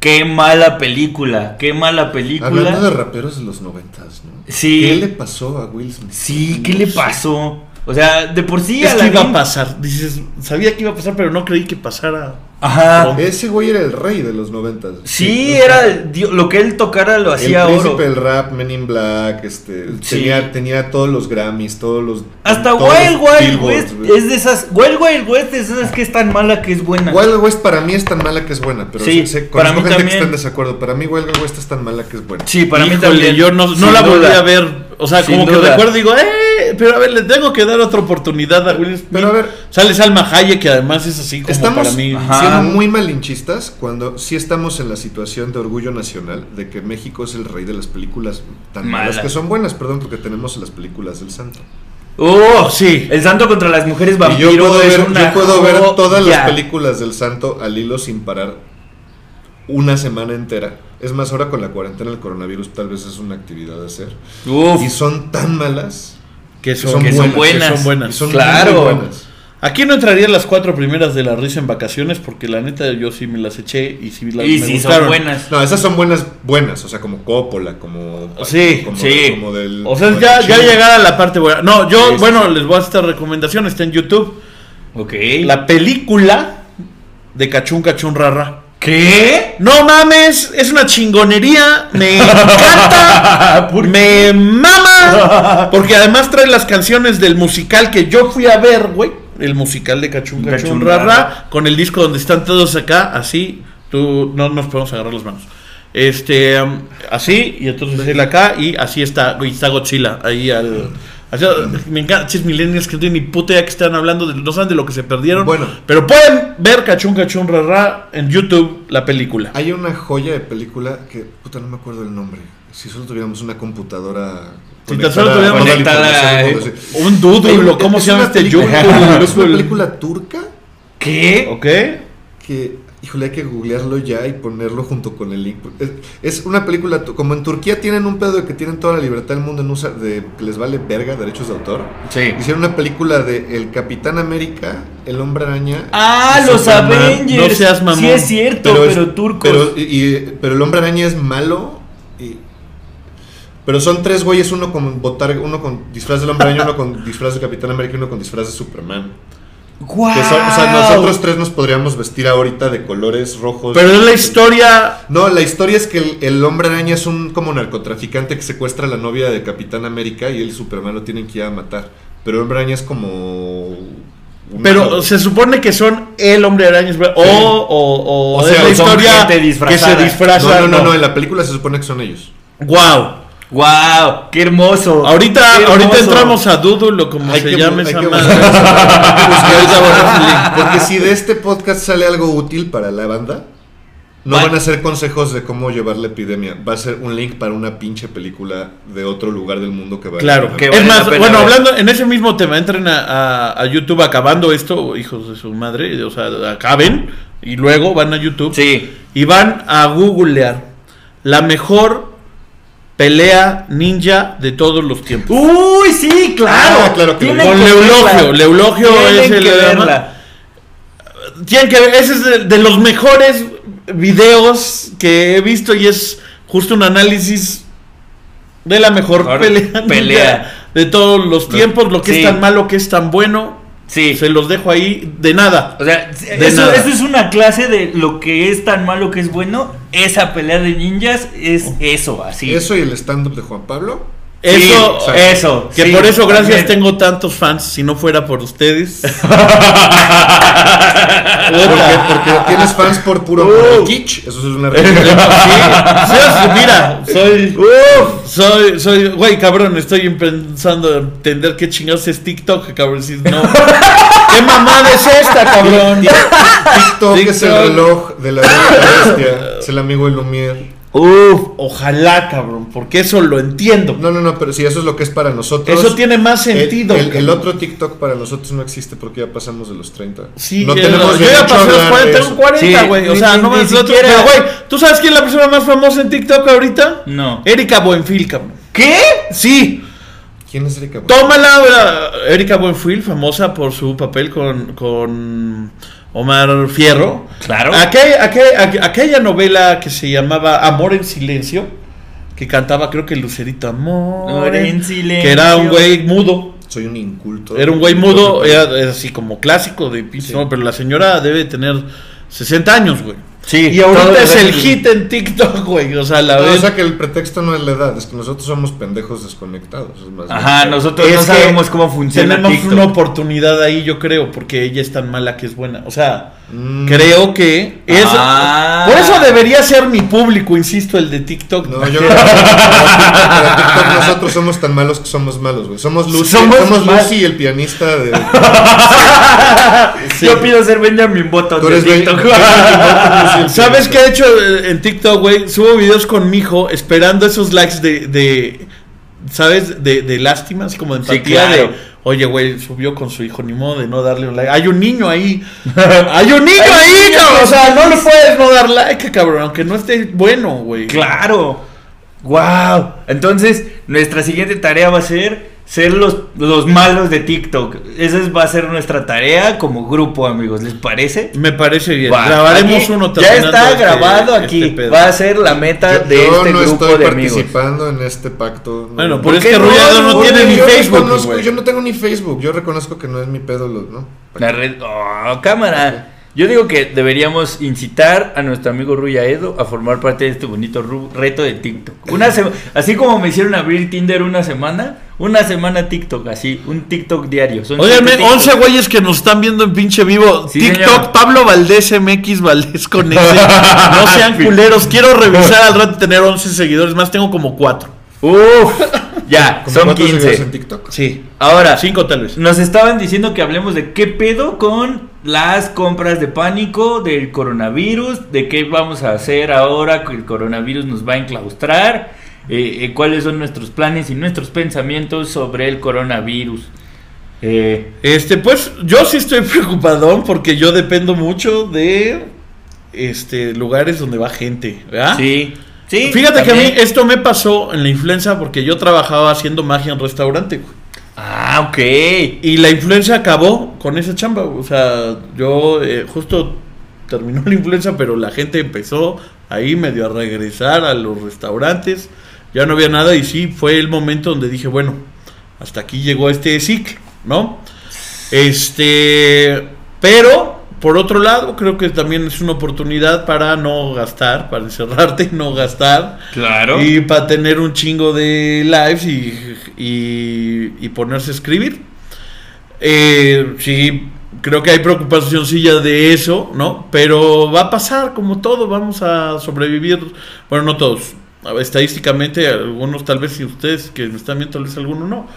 Speaker 2: Qué mala película, qué mala película.
Speaker 3: Hablando de raperos de los noventas, ¿no?
Speaker 2: Sí.
Speaker 3: ¿Qué le pasó a Will Smith?
Speaker 2: Sí, ¿qué le pasó? O sea, de por sí
Speaker 4: Es que iba
Speaker 2: Aladdin-
Speaker 4: a pasar. Dices, sabía que iba a pasar, pero no creí que pasara.
Speaker 2: Ajá.
Speaker 3: Ese güey era el rey de los noventas.
Speaker 2: Sí, era el dio- lo que él tocara lo
Speaker 3: El
Speaker 2: hacía oro.
Speaker 3: príncipe del rap, Men in Black, este,
Speaker 2: Sí.
Speaker 3: tenía, tenía todos los Grammys, todos los...
Speaker 2: Hasta
Speaker 3: todos
Speaker 2: Wild
Speaker 3: los
Speaker 2: Wild
Speaker 3: Billboards,
Speaker 2: West
Speaker 3: güey.
Speaker 2: es de esas. Wild Wild West es de esas que es tan mala que es buena.
Speaker 3: Wild West para mí es tan mala que es buena, pero
Speaker 2: Sí,
Speaker 3: sí, sé,
Speaker 2: para mí
Speaker 3: conozco gente que
Speaker 2: también.
Speaker 3: está en desacuerdo. Para mí Wild West es tan mala que es buena.
Speaker 2: Sí, para mí
Speaker 4: Híjole,
Speaker 2: también.
Speaker 4: yo no, no
Speaker 2: Sin
Speaker 4: la volví
Speaker 2: duda.
Speaker 4: a ver. O sea,
Speaker 2: Sin
Speaker 4: como que
Speaker 2: duda.
Speaker 4: recuerdo y digo, eh, pero a ver, le tengo que dar otra oportunidad a Will Smith.
Speaker 3: Pero a ver-
Speaker 4: Sale Salma Hayek, que además es así como
Speaker 3: Estamos
Speaker 4: para mí.
Speaker 2: Ajá.
Speaker 3: siendo muy malinchistas cuando sí estamos en la situación de orgullo nacional de que México es el rey de las películas tan malas,
Speaker 2: Malas.
Speaker 3: que son buenas, perdón, porque tenemos las películas del santo.
Speaker 2: Oh,
Speaker 4: Sí.
Speaker 2: El santo contra las mujeres
Speaker 3: Y yo
Speaker 2: vampiro.
Speaker 3: puedo
Speaker 2: es
Speaker 3: ver,
Speaker 2: una
Speaker 3: yo puedo ver todas las
Speaker 2: joya.
Speaker 3: películas del santo al hilo sin parar una semana entera. Es más, ahora con la cuarentena el coronavirus tal vez es una actividad a hacer.
Speaker 2: Uf.
Speaker 3: Y son tan malas.
Speaker 4: Que son,
Speaker 3: son
Speaker 4: que son buenas.
Speaker 2: buenas.
Speaker 4: que son
Speaker 3: y
Speaker 4: buenas.
Speaker 3: son
Speaker 2: Claro.
Speaker 3: muy buenas.
Speaker 4: Aquí no entrarían las cuatro primeras de la risa en vacaciones porque la neta yo sí me las eché y sí las
Speaker 2: Y
Speaker 4: me
Speaker 2: sí,
Speaker 4: gustaron.
Speaker 2: son buenas.
Speaker 3: No, esas son buenas, buenas. O sea, como Coppola, como.
Speaker 4: Sí,
Speaker 3: como,
Speaker 2: sí.
Speaker 3: como del.
Speaker 4: O sea,
Speaker 3: como
Speaker 4: ya,
Speaker 3: del
Speaker 4: ya
Speaker 3: chino.
Speaker 4: llegar a la parte buena. No, yo,
Speaker 3: Sí, sí,
Speaker 4: bueno, les voy a hacer esta recomendación, está en YouTube.
Speaker 2: Ok.
Speaker 4: La película de Cachún Cachún Rara.
Speaker 2: ¿Qué?
Speaker 4: No mames, es una chingonería, me encanta, me mama, porque además trae las canciones del musical que yo fui a ver, güey, el musical de Cachún Cachún
Speaker 2: Cachún
Speaker 4: Rara,
Speaker 2: Rara.
Speaker 4: con el disco donde están todos acá, así, tú, no nos podemos agarrar las manos. Este, um, así, y entonces él acá, y así está, y está Godzilla, ahí al... así, me encanta, chis millennials que no tienen ni puta idea que están hablando, de- no saben de lo que se perdieron.
Speaker 3: Bueno.
Speaker 4: Pero pueden ver Cachún Cachún Rara en YouTube, la película.
Speaker 3: Hay una joya de película que. Puta, no me acuerdo el nombre. Si solo tuviéramos una computadora.
Speaker 4: Si tan solo tuviéramos-
Speaker 3: con la
Speaker 2: Conectada,
Speaker 3: información,
Speaker 2: eh.
Speaker 3: sí.
Speaker 4: Un dudulo, ¿cómo
Speaker 3: Es
Speaker 4: se llama
Speaker 3: una
Speaker 4: este
Speaker 3: película- Es una
Speaker 4: yudulo?
Speaker 3: película turca
Speaker 2: ¿Qué?
Speaker 4: ¿Ok?
Speaker 3: que, híjole, hay que googlearlo ya y ponerlo junto con el link. Es, es una película, tu- como en Turquía tienen un pedo de que tienen toda la libertad del mundo en usa, de que les vale verga derechos de autor.
Speaker 2: Sí.
Speaker 3: Hicieron una película de El Capitán América, El Hombre Araña.
Speaker 2: Ah,
Speaker 3: y
Speaker 2: los
Speaker 3: Superman.
Speaker 2: Avengers.
Speaker 4: no seas mamón.
Speaker 2: Sí es cierto, pero,
Speaker 3: es-
Speaker 2: turcos.
Speaker 3: Pero, y- y- pero el Hombre Araña es malo y... Pero son tres güeyes, uno con botar, uno con disfraz del hombre araña, uno con disfraz de Capitán América y uno con disfraz de Superman.
Speaker 2: ¡Guau!
Speaker 3: Que son- o sea, nosotros tres nos podríamos vestir ahorita de colores rojos.
Speaker 4: Pero es la historia.
Speaker 3: No, la historia es que el, el hombre araña es un como narcotraficante que secuestra a la novia de Capitán América y el Superman lo tienen que ir a matar. Pero el hombre araña es como. un-
Speaker 4: Pero se supone que son el hombre araña. es verdad, O,
Speaker 3: Sí.
Speaker 4: o, o,
Speaker 3: O
Speaker 4: es
Speaker 3: sea,
Speaker 4: la
Speaker 2: son
Speaker 4: historia
Speaker 2: gente
Speaker 4: que se
Speaker 2: disfrazada.
Speaker 4: disfraza.
Speaker 3: no, no, no, no, en la película se supone que son ellos.
Speaker 4: Wow.
Speaker 2: ¡Guau! ¡Qué hermoso!
Speaker 4: Ahorita,
Speaker 2: ¡Qué
Speaker 4: ahorita
Speaker 2: hermoso!
Speaker 4: entramos a Dudulo, como
Speaker 3: Hay
Speaker 4: se
Speaker 3: que-
Speaker 4: llame
Speaker 3: hay
Speaker 4: esa
Speaker 3: que
Speaker 4: madre.
Speaker 3: buscar eso, hay que buscar
Speaker 4: Ahorita
Speaker 3: eso.
Speaker 4: borramos el link.
Speaker 3: Porque si de este podcast sale algo útil para la banda, no
Speaker 2: Vale.
Speaker 3: van a ser consejos de cómo llevar la epidemia. Va a ser un link para una pinche película de otro lugar del mundo que va
Speaker 4: Claro,
Speaker 3: a
Speaker 2: que
Speaker 4: es
Speaker 2: vale
Speaker 4: más,
Speaker 2: la pena
Speaker 4: bueno,
Speaker 2: ver.
Speaker 4: hablando en ese mismo tema, entren a, a- a YouTube acabando esto, hijos de su madre, o sea, acaben y luego van a YouTube
Speaker 2: Sí.
Speaker 4: y van a googlear la mejor pelea ninja de todos los tiempos.
Speaker 2: ¡Uy, sí, claro!
Speaker 3: Ah, claro que
Speaker 2: Tienen
Speaker 4: Con
Speaker 2: que
Speaker 4: Leulogio,
Speaker 2: verla.
Speaker 4: Leulogio
Speaker 2: Tienen
Speaker 4: es el
Speaker 2: que
Speaker 4: hermano.
Speaker 2: verla.
Speaker 4: Tienen que ver, ese es de, de los mejores videos que he visto y es justo un análisis de la mejor,
Speaker 2: Mejor
Speaker 4: pelea,
Speaker 2: pelea.
Speaker 4: de todos los tiempos, lo que
Speaker 2: Sí.
Speaker 4: es tan malo, que es tan bueno.
Speaker 2: Sí.
Speaker 4: Se los dejo ahí de nada.
Speaker 2: O sea,
Speaker 4: De
Speaker 2: eso,
Speaker 4: nada.
Speaker 2: eso es una clase de lo que es tan malo que es bueno. Esa pelea de ninjas es eso, así.
Speaker 3: Eso y el stand-up de Juan Pablo.
Speaker 2: Sí,
Speaker 4: Eso,
Speaker 3: exacto.
Speaker 4: eh,
Speaker 2: eso.
Speaker 4: que
Speaker 2: sí,
Speaker 4: por eso gracias
Speaker 2: también.
Speaker 4: tengo tantos fans, si no fuera por ustedes.
Speaker 3: Porque,
Speaker 4: Puta.
Speaker 3: porque tienes fans por
Speaker 4: Uh.
Speaker 3: puro por el kitsch. Eso es una realidad.
Speaker 4: Sí, sí, mira, soy, soy, soy, güey, cabrón, estoy pensando en entender qué chingados es TikTok, cabrón, si no. ¿Qué mamada es esta, cabrón?
Speaker 3: TikTok es el
Speaker 4: TikTok.
Speaker 3: reloj de la Bella y la bestia. Es el amigo de Lumière.
Speaker 4: Uf, ojalá, cabrón, porque eso lo entiendo.
Speaker 3: No, no, no, pero sí, eso es lo que es para nosotros.
Speaker 4: Eso tiene más
Speaker 3: El-
Speaker 4: sentido.
Speaker 3: El, el
Speaker 4: cabrón.
Speaker 3: otro TikTok para nosotros no existe porque ya pasamos de los 30.
Speaker 4: Sí,
Speaker 3: no
Speaker 4: el-
Speaker 3: tenemos
Speaker 4: yo ya
Speaker 3: derecho a
Speaker 4: pasé los
Speaker 3: hablar
Speaker 4: 40,
Speaker 3: de
Speaker 4: tengo
Speaker 3: eso.
Speaker 4: 40,
Speaker 2: Sí,
Speaker 4: güey. o
Speaker 2: ni-
Speaker 4: sea,
Speaker 2: ni-
Speaker 4: no
Speaker 2: ni
Speaker 4: me otro.
Speaker 2: siquiera.
Speaker 4: Pero, güey, ¿tú sabes quién es la persona más famosa en TikTok ahorita?
Speaker 2: No.
Speaker 4: Erika Buenfil, cabrón.
Speaker 2: ¿Qué?
Speaker 4: Sí,
Speaker 3: ¿Quién es Erika? Bueno,
Speaker 4: tómala, eh, Erika Buenfil, famosa por su papel con, con Omar Fierro.
Speaker 2: Claro.
Speaker 4: Aquel- aquel- aqu- aquella novela que se llamaba Amor en Silencio, que cantaba, creo que Lucerito Amor.
Speaker 2: Amor en Silencio.
Speaker 4: Que era un güey mudo.
Speaker 3: Soy un inculto.
Speaker 4: Era un güey mudo,
Speaker 3: Entonces,
Speaker 4: era, era así como clásico de pinche,
Speaker 3: Sí.
Speaker 4: no, pero la señora debe tener 60 años, güey.
Speaker 2: Sí.
Speaker 4: Y ahorita
Speaker 2: todo
Speaker 4: es el
Speaker 2: gracias.
Speaker 4: hit en TikTok, güey. O sea, la
Speaker 3: No,
Speaker 4: verdad.
Speaker 3: o sea que el pretexto no es la edad, es que nosotros somos pendejos desconectados. es más
Speaker 2: Ajá,
Speaker 3: bien.
Speaker 2: nosotros no
Speaker 4: Es que
Speaker 2: sabemos cómo funciona
Speaker 4: tenemos
Speaker 2: TikTok.
Speaker 4: una oportunidad ahí, yo creo, porque ella es tan mala que es buena. O sea,
Speaker 3: Mm.
Speaker 4: creo que es.
Speaker 2: Ah.
Speaker 4: Por eso debería ser mi público, insisto, el de TikTok.
Speaker 3: No, yo creo que para TikTok nosotros somos tan malos que somos malos, güey. Somos Lucy, somos,
Speaker 2: Somos mal-
Speaker 3: Lucy el pianista de.
Speaker 4: Sí.
Speaker 2: Yo pido ser Benjamin Button
Speaker 3: Tú
Speaker 2: de
Speaker 3: eres
Speaker 2: TikTok.
Speaker 3: Ben-
Speaker 4: ¿Sabes qué he hecho eh, en TikTok, güey? Subo videos con mi hijo esperando esos likes de. de- ¿Sabes? De, de lástima, así como de
Speaker 2: Sí,
Speaker 4: empatía.
Speaker 2: claro.
Speaker 4: de, Oye, güey, subió con su hijo, ni modo de no darle un like. Hay un niño ahí. Hay un niño ahí, cabrón. O sea, no le puedes no dar like, cabrón. Aunque no esté bueno, güey.
Speaker 2: Claro. Wow. Entonces, nuestra siguiente tarea va a ser ser los, los malos de TikTok. Esa es- va a ser nuestra tarea como grupo, amigos. ¿Les parece?
Speaker 4: Me parece bien.
Speaker 2: Va,
Speaker 4: Grabaremos
Speaker 2: aquí
Speaker 4: uno
Speaker 2: Ya
Speaker 4: terminando
Speaker 2: está
Speaker 4: este-
Speaker 2: grabado
Speaker 4: este
Speaker 2: aquí.
Speaker 4: pedo.
Speaker 2: va a ser la meta
Speaker 3: Yo,
Speaker 2: de
Speaker 3: yo
Speaker 2: este
Speaker 3: no
Speaker 2: grupo
Speaker 3: estoy
Speaker 2: de amigos.
Speaker 3: participando en este pacto. no.
Speaker 4: Bueno, por
Speaker 2: ¿Por
Speaker 4: eso
Speaker 2: qué
Speaker 4: que
Speaker 2: no?
Speaker 4: Rullado no,
Speaker 2: Porque
Speaker 4: tiene ni
Speaker 3: yo
Speaker 4: Facebook,
Speaker 3: reconozco-
Speaker 4: güey.
Speaker 3: yo no tengo ni Facebook. Yo reconozco que no es mi pedo, lo- ¿no?
Speaker 2: La red. Oh, cámara. Yo digo que deberíamos incitar a nuestro amigo Ruya Edo a formar parte de este bonito ru- reto de TikTok. Una sema- así como me hicieron abrir Tinder una semana, una semana TikTok, así, un TikTok diario. Son
Speaker 4: Óyeme,
Speaker 2: siete
Speaker 4: 11
Speaker 2: TikTok.
Speaker 4: güeyes que nos están viendo en pinche vivo.
Speaker 2: Sí,
Speaker 4: TikTok,
Speaker 2: señor.
Speaker 4: Pablo Valdés, MX Valdés con ese. No sean culeros. Quiero revisar al rato y tener 11 seguidores más. Tengo como 4.
Speaker 2: Uf, ya,
Speaker 3: ¿Como
Speaker 2: son
Speaker 3: cuántos seguidores en
Speaker 2: 15.
Speaker 3: TikTok?
Speaker 4: Sí.
Speaker 2: Ahora,
Speaker 4: 5 Ah, tal vez.
Speaker 2: nos estaban diciendo que hablemos de qué pedo con las compras de pánico, del coronavirus, de qué vamos a hacer ahora que el coronavirus nos va a enclaustrar, eh, eh, cuáles son nuestros planes y nuestros pensamientos sobre el coronavirus. Eh,
Speaker 4: Este, pues yo sí estoy preocupadón porque yo dependo mucho de este lugares donde va gente, ¿verdad?
Speaker 2: Sí, ¿Ah? sí.
Speaker 4: Fíjate que a
Speaker 2: también.
Speaker 4: mí esto me pasó en la influenza porque yo trabajaba haciendo magia en restaurante, güey.
Speaker 2: Ah, ok.
Speaker 4: Y la influenza acabó con esa chamba. güey. O sea, yo eh, justo terminó la influenza, pero la gente empezó ahí medio a regresar a los restaurantes. Ya no había nada y sí, fue el momento donde dije, bueno, hasta aquí llegó este ciclo, ¿no? Este, pero por otro lado, creo que también es una oportunidad para no gastar, para encerrarte y no gastar.
Speaker 2: Claro.
Speaker 4: Y para tener un chingo de lives y, y, y ponerse a escribir. Eh, sí, creo que hay preocupacioncilla de eso, ¿no? Pero va a pasar como todo, vamos a sobrevivir. Bueno, no todos. Estadísticamente, algunos tal vez, si ustedes que me están viendo, tal vez alguno no.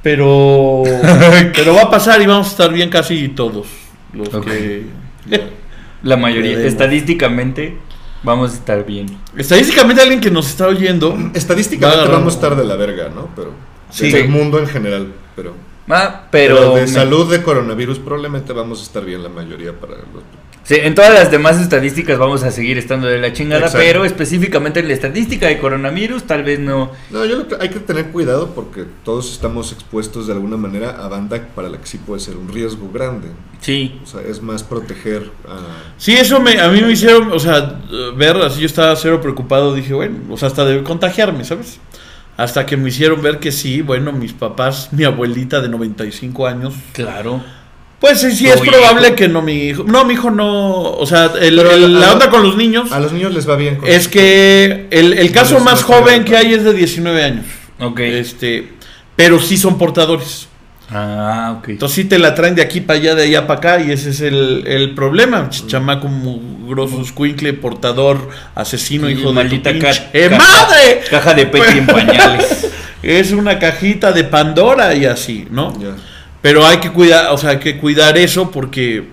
Speaker 4: Pero, pero va a pasar y vamos a estar bien casi todos los
Speaker 2: Ok.
Speaker 4: que...
Speaker 2: la mayoría,
Speaker 4: Veremos.
Speaker 2: estadísticamente, vamos a estar bien.
Speaker 4: Estadísticamente alguien que nos está oyendo... Va
Speaker 3: Estadísticamente
Speaker 4: agarrando.
Speaker 3: vamos a estar de la verga, ¿no? Pero.
Speaker 4: Sí.
Speaker 3: Del mundo en general, pero.
Speaker 2: Ah,
Speaker 3: Pero,
Speaker 2: pero.
Speaker 3: de
Speaker 2: me-
Speaker 3: salud de coronavirus probablemente vamos a estar bien la mayoría para los.
Speaker 2: Sí, en todas las demás estadísticas vamos a seguir estando de la chingada,
Speaker 3: Exacto.
Speaker 2: pero específicamente en la estadística de coronavirus tal vez no.
Speaker 3: No, yo creo que hay que tener cuidado porque todos estamos expuestos de alguna manera a banda para la que sí puede ser un riesgo grande.
Speaker 2: Sí.
Speaker 3: O sea, es más proteger a...
Speaker 4: Sí, eso me, a mí me hicieron, o sea, eh, ver, así yo estaba cero preocupado, dije, bueno, o sea, hasta de contagiarme, ¿sabes? Hasta que me hicieron ver que sí, bueno, mis papás, mi abuelita de 95 años,
Speaker 2: Claro.
Speaker 4: pues sí, sí
Speaker 2: Tu
Speaker 4: es
Speaker 2: hijo.
Speaker 4: probable que no mi hijo, no, mi hijo no, o sea, el-
Speaker 3: Pero
Speaker 4: el-
Speaker 3: a-
Speaker 4: la
Speaker 3: a-
Speaker 4: onda con los niños
Speaker 3: A los niños les va bien. con-
Speaker 4: es que el, el caso
Speaker 3: los-
Speaker 4: más
Speaker 3: los-
Speaker 4: joven que hay es de 19 años,
Speaker 2: Ok.
Speaker 4: este, pero sí son portadores.
Speaker 2: Ah, ok.
Speaker 4: Entonces sí te la traen de aquí para allá, de allá para acá, y ese es el, el problema.
Speaker 2: Mm.
Speaker 4: Ch- Chamaco grosso, escuincle, portador, asesino,
Speaker 2: Y
Speaker 4: hijo de tu
Speaker 2: maldita
Speaker 4: pinche-
Speaker 2: ca-
Speaker 4: ¡Eh,
Speaker 2: ca-
Speaker 4: madre!
Speaker 2: Caja de Petri en pañales.
Speaker 4: Es una cajita de Pandora y así, ¿no?
Speaker 3: Ya.
Speaker 4: Pero hay que cuidar, o sea, hay que cuidar eso porque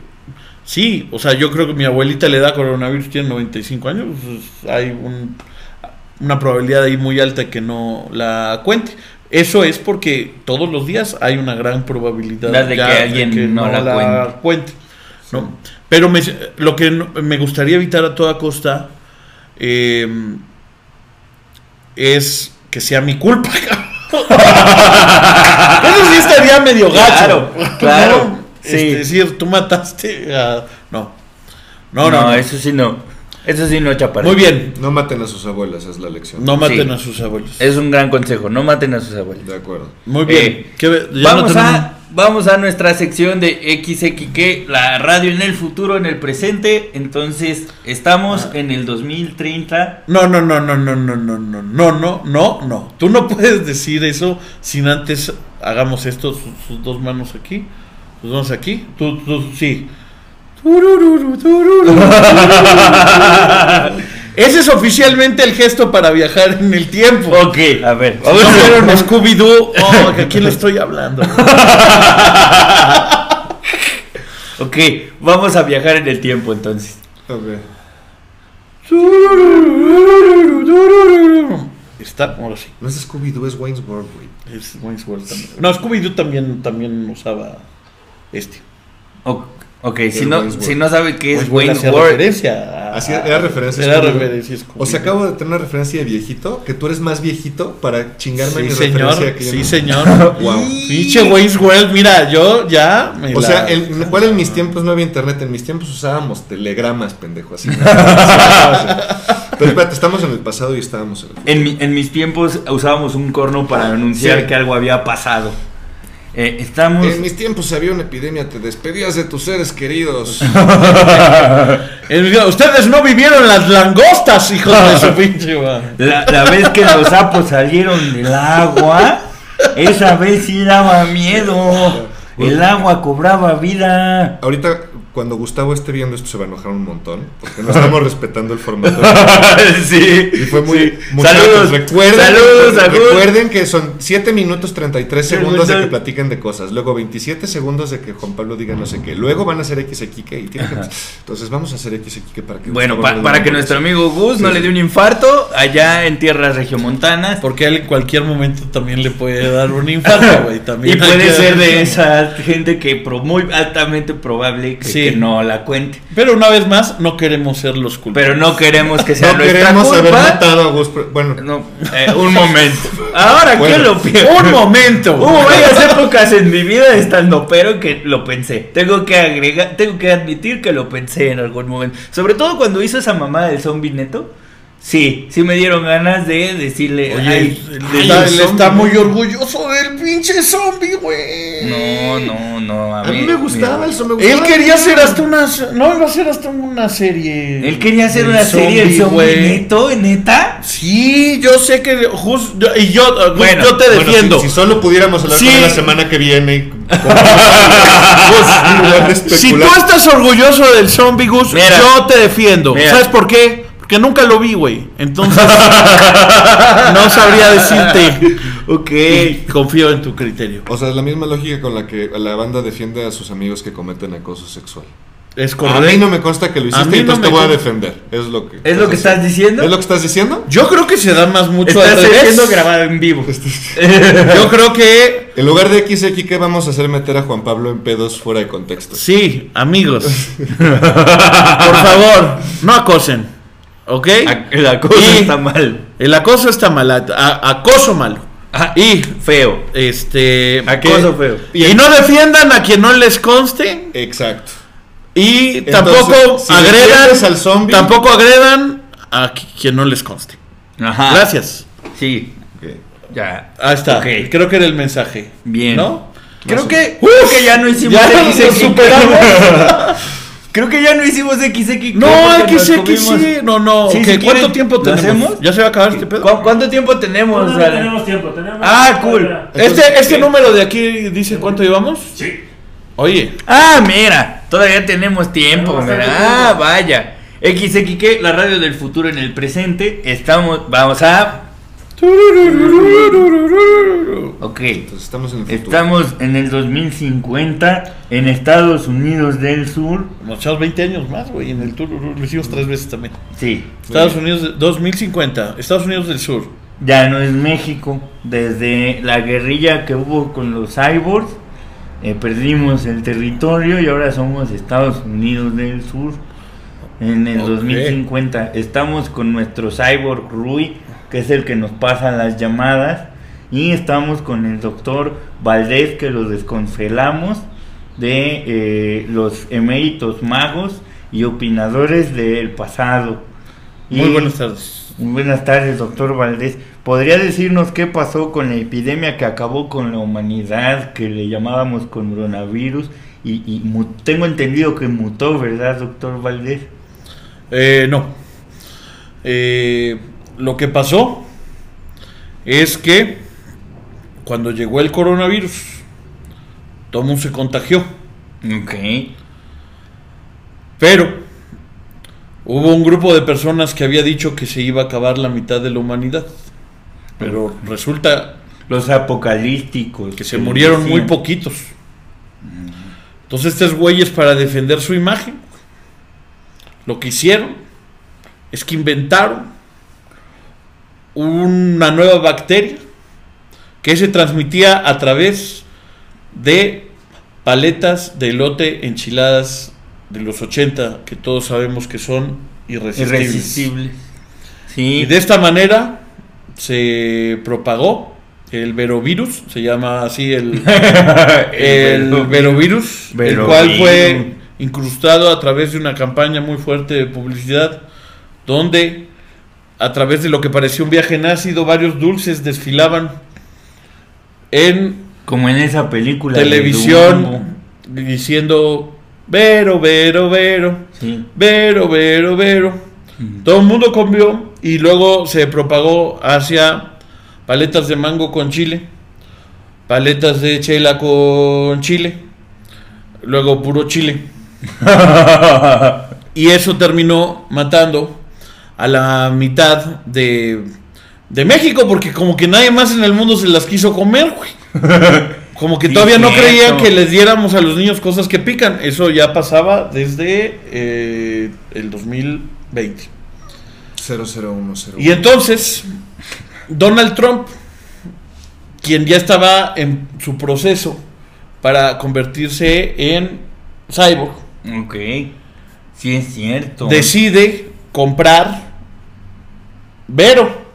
Speaker 4: sí, o sea, yo creo que mi abuelita le da coronavirus, tiene 95 años, pues, hay un- una probabilidad ahí muy alta que no la cuente. Eso es porque todos los días hay una gran probabilidad
Speaker 2: La de
Speaker 4: ya
Speaker 2: que alguien no la cuente.
Speaker 4: ¿no? Pero me- lo que no- me gustaría evitar a toda costa eh, es que sea mi culpa. cabrón. Eso sí estaría medio
Speaker 2: Claro,
Speaker 4: gacho.
Speaker 2: claro,
Speaker 4: No,
Speaker 2: sí.
Speaker 4: este, Es decir, tú mataste a... No. No, no. no.
Speaker 2: eso sí no. Eso sí no, chaparro.
Speaker 4: Muy bien.
Speaker 3: No maten a sus abuelas, es la lección.
Speaker 4: No maten
Speaker 2: Sí.
Speaker 4: a sus abuelos.
Speaker 2: Es un gran consejo, no maten a sus abuelos.
Speaker 3: De acuerdo.
Speaker 4: Muy bien.
Speaker 2: Eh,
Speaker 4: ¿Qué ve- ya no
Speaker 2: Vamos,
Speaker 4: tenemos-
Speaker 2: a, vamos a nuestra sección de XXQ, la radio en el futuro, en el presente. Entonces, estamos en el 2030.
Speaker 4: No, no, no, no, no, no, no, no, no, no, no, no. Tú no puedes decir eso sin antes hagamos esto, su- sus dos manos aquí, sus manos aquí, tú, tú, sí. Turururu, turururu, turururu. Ese es oficialmente el gesto para viajar en el tiempo.
Speaker 2: Ok, a ver.
Speaker 4: Si no vieron Scooby-Doo, oh, ¿a quién le estoy hablando?
Speaker 2: Ok, vamos a viajar en el tiempo entonces.
Speaker 3: Ok.
Speaker 4: Turururu, turururu. Está, ahora sí.
Speaker 3: No es Scooby-Doo, es Wayne's World, güey.
Speaker 4: Es Wayne's World también. No, Scooby-Doo también, también usaba este.
Speaker 2: O- ok, si
Speaker 3: El
Speaker 2: no,
Speaker 3: Wayne's
Speaker 2: si
Speaker 3: World.
Speaker 2: no sabe qué es
Speaker 4: World
Speaker 2: Wayne
Speaker 4: hacía
Speaker 2: World.
Speaker 4: referencia. a-
Speaker 3: Así era referencia. a
Speaker 4: Era
Speaker 3: Scooby-Doo.
Speaker 4: referencia. a
Speaker 3: O sea,
Speaker 4: Scooby-Doo.
Speaker 3: acabo de tener una referencia de viejito, que tú eres más viejito para chingarme mi
Speaker 4: Sí, señor.
Speaker 3: referencia. que yo
Speaker 4: Sí,
Speaker 3: no-
Speaker 4: señor.
Speaker 3: Wow.
Speaker 4: Pinche Wayne's World, mira, yo ya. me
Speaker 3: O
Speaker 4: la-
Speaker 3: sea, el, ¿cuál en mis tiempos no había internet? En mis tiempos usábamos telegramas, pendejo, así. Pero espérate, estamos en el pasado y estábamos en el futuro.
Speaker 2: En, mi- en mis tiempos usábamos un corno para anunciar
Speaker 3: Sí.
Speaker 2: que algo había pasado. Eh, estamos.
Speaker 3: En mis tiempos había una epidemia, te despedías de tus seres queridos.
Speaker 4: El- Ustedes no vivieron las langostas, hijos de su pinche madre.
Speaker 2: La, la vez que los sapos salieron del agua, esa vez sí daba miedo. El agua cobraba vida.
Speaker 3: Ahorita, cuando Gustavo esté viendo esto, se va a enojar un montón, porque no estamos respetando el formato.
Speaker 2: sí.
Speaker 3: Y fue muy...
Speaker 2: sí.
Speaker 3: muchachos,
Speaker 2: Saludos,
Speaker 3: recuerden,
Speaker 2: saludos, a Gus.
Speaker 3: recuerden que son 7 minutos 33 segundos de que
Speaker 2: Segundos.
Speaker 3: platiquen de cosas, luego 27 segundos de que Juan Pablo diga no sé qué, luego van a hacer XXQ y tiene que- Entonces vamos a hacer XXQ para que...
Speaker 2: Bueno,
Speaker 3: Gustavo
Speaker 2: pa-
Speaker 3: no le
Speaker 2: para
Speaker 3: dé
Speaker 2: que
Speaker 3: una
Speaker 2: nuestro amigo Gus no
Speaker 3: Sí.
Speaker 2: le dé un infarto allá en tierras regiomontanas.
Speaker 4: Porque a él en cualquier momento también le puede dar un infarto, güey.
Speaker 2: Y
Speaker 4: También hay
Speaker 2: puede
Speaker 4: que-
Speaker 2: ser de esa gente que pro- muy altamente probable que,
Speaker 4: Sí.
Speaker 2: que no la cuente.
Speaker 4: Pero una vez más, no queremos ser los culpables.
Speaker 2: Pero no queremos que sea
Speaker 3: No
Speaker 2: nuestra
Speaker 3: queremos haber
Speaker 2: culpa.
Speaker 3: matado a Gus. pero- Bueno,
Speaker 2: No, eh, un momento. Ahora que
Speaker 3: Bueno.
Speaker 2: lo pienso.
Speaker 4: ¡Un momento!
Speaker 2: Hubo varias épocas en mi vida estando pero que lo pensé. Tengo que agregar, tengo que admitir que lo pensé en algún momento. Sobre todo cuando hizo esa mamada del zombie neto. Sí, sí me dieron ganas de decirle.
Speaker 4: Oye,
Speaker 2: "Ay,
Speaker 4: él,
Speaker 2: ay,
Speaker 4: está,
Speaker 3: el
Speaker 4: él está
Speaker 3: zombie.
Speaker 4: muy orgulloso del pinche zombie, güey.
Speaker 2: No, no, no. A
Speaker 3: a
Speaker 2: mí,
Speaker 3: mí me gustaba el
Speaker 2: mira.
Speaker 3: zombie.
Speaker 4: Él quería hacer hasta una. se- No, iba a hacer hasta una serie.
Speaker 2: Él quería hacer
Speaker 4: del
Speaker 2: una serie del zombie
Speaker 4: güey.
Speaker 2: neto, neta.
Speaker 4: Sí, yo sé que. Just, yo- y yo, Gus,
Speaker 2: Bueno,
Speaker 4: yo te
Speaker 3: Bueno,
Speaker 4: defiendo.
Speaker 3: Si, si solo pudiéramos hablar
Speaker 4: Sí.
Speaker 3: con él la semana que viene. y-
Speaker 4: Gus,
Speaker 3: de
Speaker 4: si tú
Speaker 3: especular.
Speaker 4: estás orgulloso del zombie Gus,
Speaker 2: Mira.
Speaker 4: yo te defiendo.
Speaker 2: Mira.
Speaker 4: ¿Sabes por qué? Porque nunca lo vi, güey. Entonces, no sabría decirte.
Speaker 2: Ok.
Speaker 4: Y confío en tu criterio.
Speaker 3: O sea, es la misma lógica con la que la banda defiende a sus amigos que cometen acoso sexual.
Speaker 4: Es
Speaker 3: A
Speaker 4: correcto.
Speaker 3: mí no me consta que lo
Speaker 4: A mí
Speaker 3: hiciste y entonces te
Speaker 4: no me
Speaker 3: voy a
Speaker 4: consta.
Speaker 3: defender. Es lo que.
Speaker 2: ¿Es lo que estás diciendo?
Speaker 3: ¿Es lo que estás diciendo?
Speaker 4: Yo creo que se da más mucho al
Speaker 2: Estás
Speaker 4: revés.
Speaker 2: siendo grabado en vivo.
Speaker 4: Yo creo que
Speaker 3: En lugar de XX, ¿qué vamos a hacer? Meter a Juan Pablo en pedos fuera de contexto.
Speaker 4: sí, amigos. Por favor, no acosen. ¿Ok?
Speaker 2: La cosa
Speaker 4: Y-
Speaker 2: está mal.
Speaker 4: El acoso está mal, a- acoso malo.
Speaker 2: Ah,
Speaker 4: Y
Speaker 2: Feo.
Speaker 4: este
Speaker 2: Acoso
Speaker 4: que-
Speaker 2: feo.
Speaker 4: Y no defiendan a quien no les conste
Speaker 3: Exacto.
Speaker 4: y
Speaker 3: Entonces,
Speaker 4: tampoco
Speaker 3: si defiendes
Speaker 4: agredan
Speaker 3: al zombie-
Speaker 4: tampoco agredan a qui- quien no les conste.
Speaker 2: Ajá.
Speaker 4: Gracias.
Speaker 2: Sí,
Speaker 3: Ok.
Speaker 2: ya.
Speaker 4: Ahí
Speaker 2: Ah.
Speaker 4: está.
Speaker 2: Ok.
Speaker 4: Creo que era el mensaje.
Speaker 2: Bien.
Speaker 4: ¿No?
Speaker 2: Creo
Speaker 3: o
Speaker 2: que,
Speaker 3: menos.
Speaker 2: creo que ya no hicimos
Speaker 4: Ya lo
Speaker 2: XX.
Speaker 4: superamos.
Speaker 2: Creo que ya no hicimos XX.
Speaker 4: No, hay que ser que sí. No, no.
Speaker 2: Sí,
Speaker 4: ok,
Speaker 2: si
Speaker 4: ¿Cuánto
Speaker 2: quieren,
Speaker 4: tiempo
Speaker 2: ¿lo
Speaker 4: tenemos?
Speaker 2: hacemos?
Speaker 4: ¿Ya se va a acabar este pedo?
Speaker 2: ¿Cu- ¿Cuánto tiempo tenemos?
Speaker 5: No, no, no
Speaker 2: Alan?
Speaker 5: tenemos tiempo, tenemos.
Speaker 2: Ah, cool.
Speaker 3: Entonces,
Speaker 4: este este
Speaker 2: ¿qué?
Speaker 4: número de aquí dice cuánto llevamos.
Speaker 5: Sí.
Speaker 4: Oye,
Speaker 2: Ah, mira. Todavía tenemos tiempo.
Speaker 5: Tenemos
Speaker 2: mira.
Speaker 5: bastante
Speaker 2: Ah,
Speaker 5: tiempo.
Speaker 2: vaya. XXQ, la radio del futuro en el presente. Estamos. Vamos a. Ok.
Speaker 3: Entonces estamos en el futuro.
Speaker 2: Estamos en el 2050 en Estados Unidos del Sur.
Speaker 4: nos echamos 20 años más, güey. En el tour lo hicimos tres veces también.
Speaker 2: Sí,
Speaker 4: Estados Unidos, de- 2050. Estados Unidos del Sur.
Speaker 2: ya no es México. Desde la guerrilla que hubo con los cyborgs, eh, perdimos el territorio y ahora somos Estados Unidos del Sur. En el
Speaker 4: Ok.
Speaker 2: 2050 estamos con nuestro cyborg Rui, que es el que nos pasa las llamadas, y estamos con el doctor Valdés, que lo descongelamos de eh, los eméritos magos y opinadores del pasado.
Speaker 4: Muy
Speaker 2: Y-
Speaker 4: buenas tardes.
Speaker 2: muy Buenas tardes, doctor Valdés. ¿Podría decirnos qué pasó con la epidemia que acabó con la humanidad, que le llamábamos coronavirus? Y, y mu- tengo entendido que mutó, ¿verdad, doctor Valdés?
Speaker 4: Eh, no. Eh, lo que pasó es que cuando llegó el coronavirus, todo el mundo se contagió.
Speaker 2: Ok.
Speaker 4: Pero hubo un grupo de personas que había dicho que se iba a acabar la mitad de la humanidad. Pero resulta
Speaker 2: Los apocalípticos.
Speaker 4: que se murieron muy
Speaker 2: poco.
Speaker 4: poquitos. Entonces estos güeyes para defender su imagen, lo que hicieron es que inventaron una nueva bacteria que se transmitía a través de paletas de elote enchiladas de los 80 que todos sabemos que son irresistibles.
Speaker 2: Irresistible.
Speaker 4: Y
Speaker 2: Sí.
Speaker 4: de esta manera se propagó el verovirus, se llama así el, el verovirus, el
Speaker 2: Verovirus.
Speaker 4: cual fue incrustado a través de una campaña muy fuerte de publicidad, donde a través de lo que parecía un viaje en ácido, varios dulces desfilaban en
Speaker 2: Como en esa película. de Dumbo.
Speaker 4: televisión diciendo Vero, Vero, Vero,
Speaker 2: Sí.
Speaker 4: Vero, Vero, Vero. Todo el mundo comió y luego se propagó hacia paletas de mango con chile, paletas de chela con chile, luego puro chile. y eso terminó matando a la mitad de, de México, porque como que nadie más en el mundo se las quiso comer, güey. Como que
Speaker 2: Sí,
Speaker 4: todavía no
Speaker 2: cierto.
Speaker 4: creían que les diéramos a los niños cosas que pican. Eso ya pasaba desde eh, el 2020.
Speaker 3: 00101.
Speaker 4: Y entonces, Donald Trump, quien ya estaba en su proceso para convertirse en cyborg,
Speaker 2: Ok. Sí, es cierto.
Speaker 4: decide comprar Vero.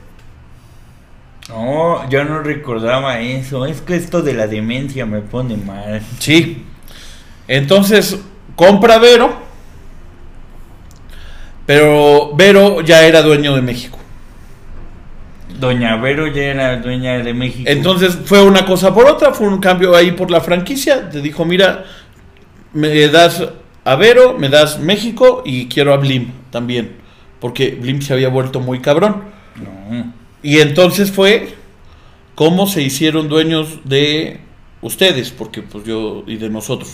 Speaker 2: No, yo no recordaba eso. Es que esto de la demencia me pone mal.
Speaker 4: Sí. Entonces, compra Vero. Pero Vero ya era dueño de México.
Speaker 2: Doña Vero ya era dueña de México.
Speaker 4: Entonces fue una cosa por otra, fue un cambio ahí por la franquicia. Te dijo, mira, me das a Vero, me das México y quiero a Blim también. Porque Blim se había vuelto muy cabrón.
Speaker 2: No.
Speaker 4: Y entonces fue cómo se hicieron dueños de ustedes, porque pues yo y de nosotros.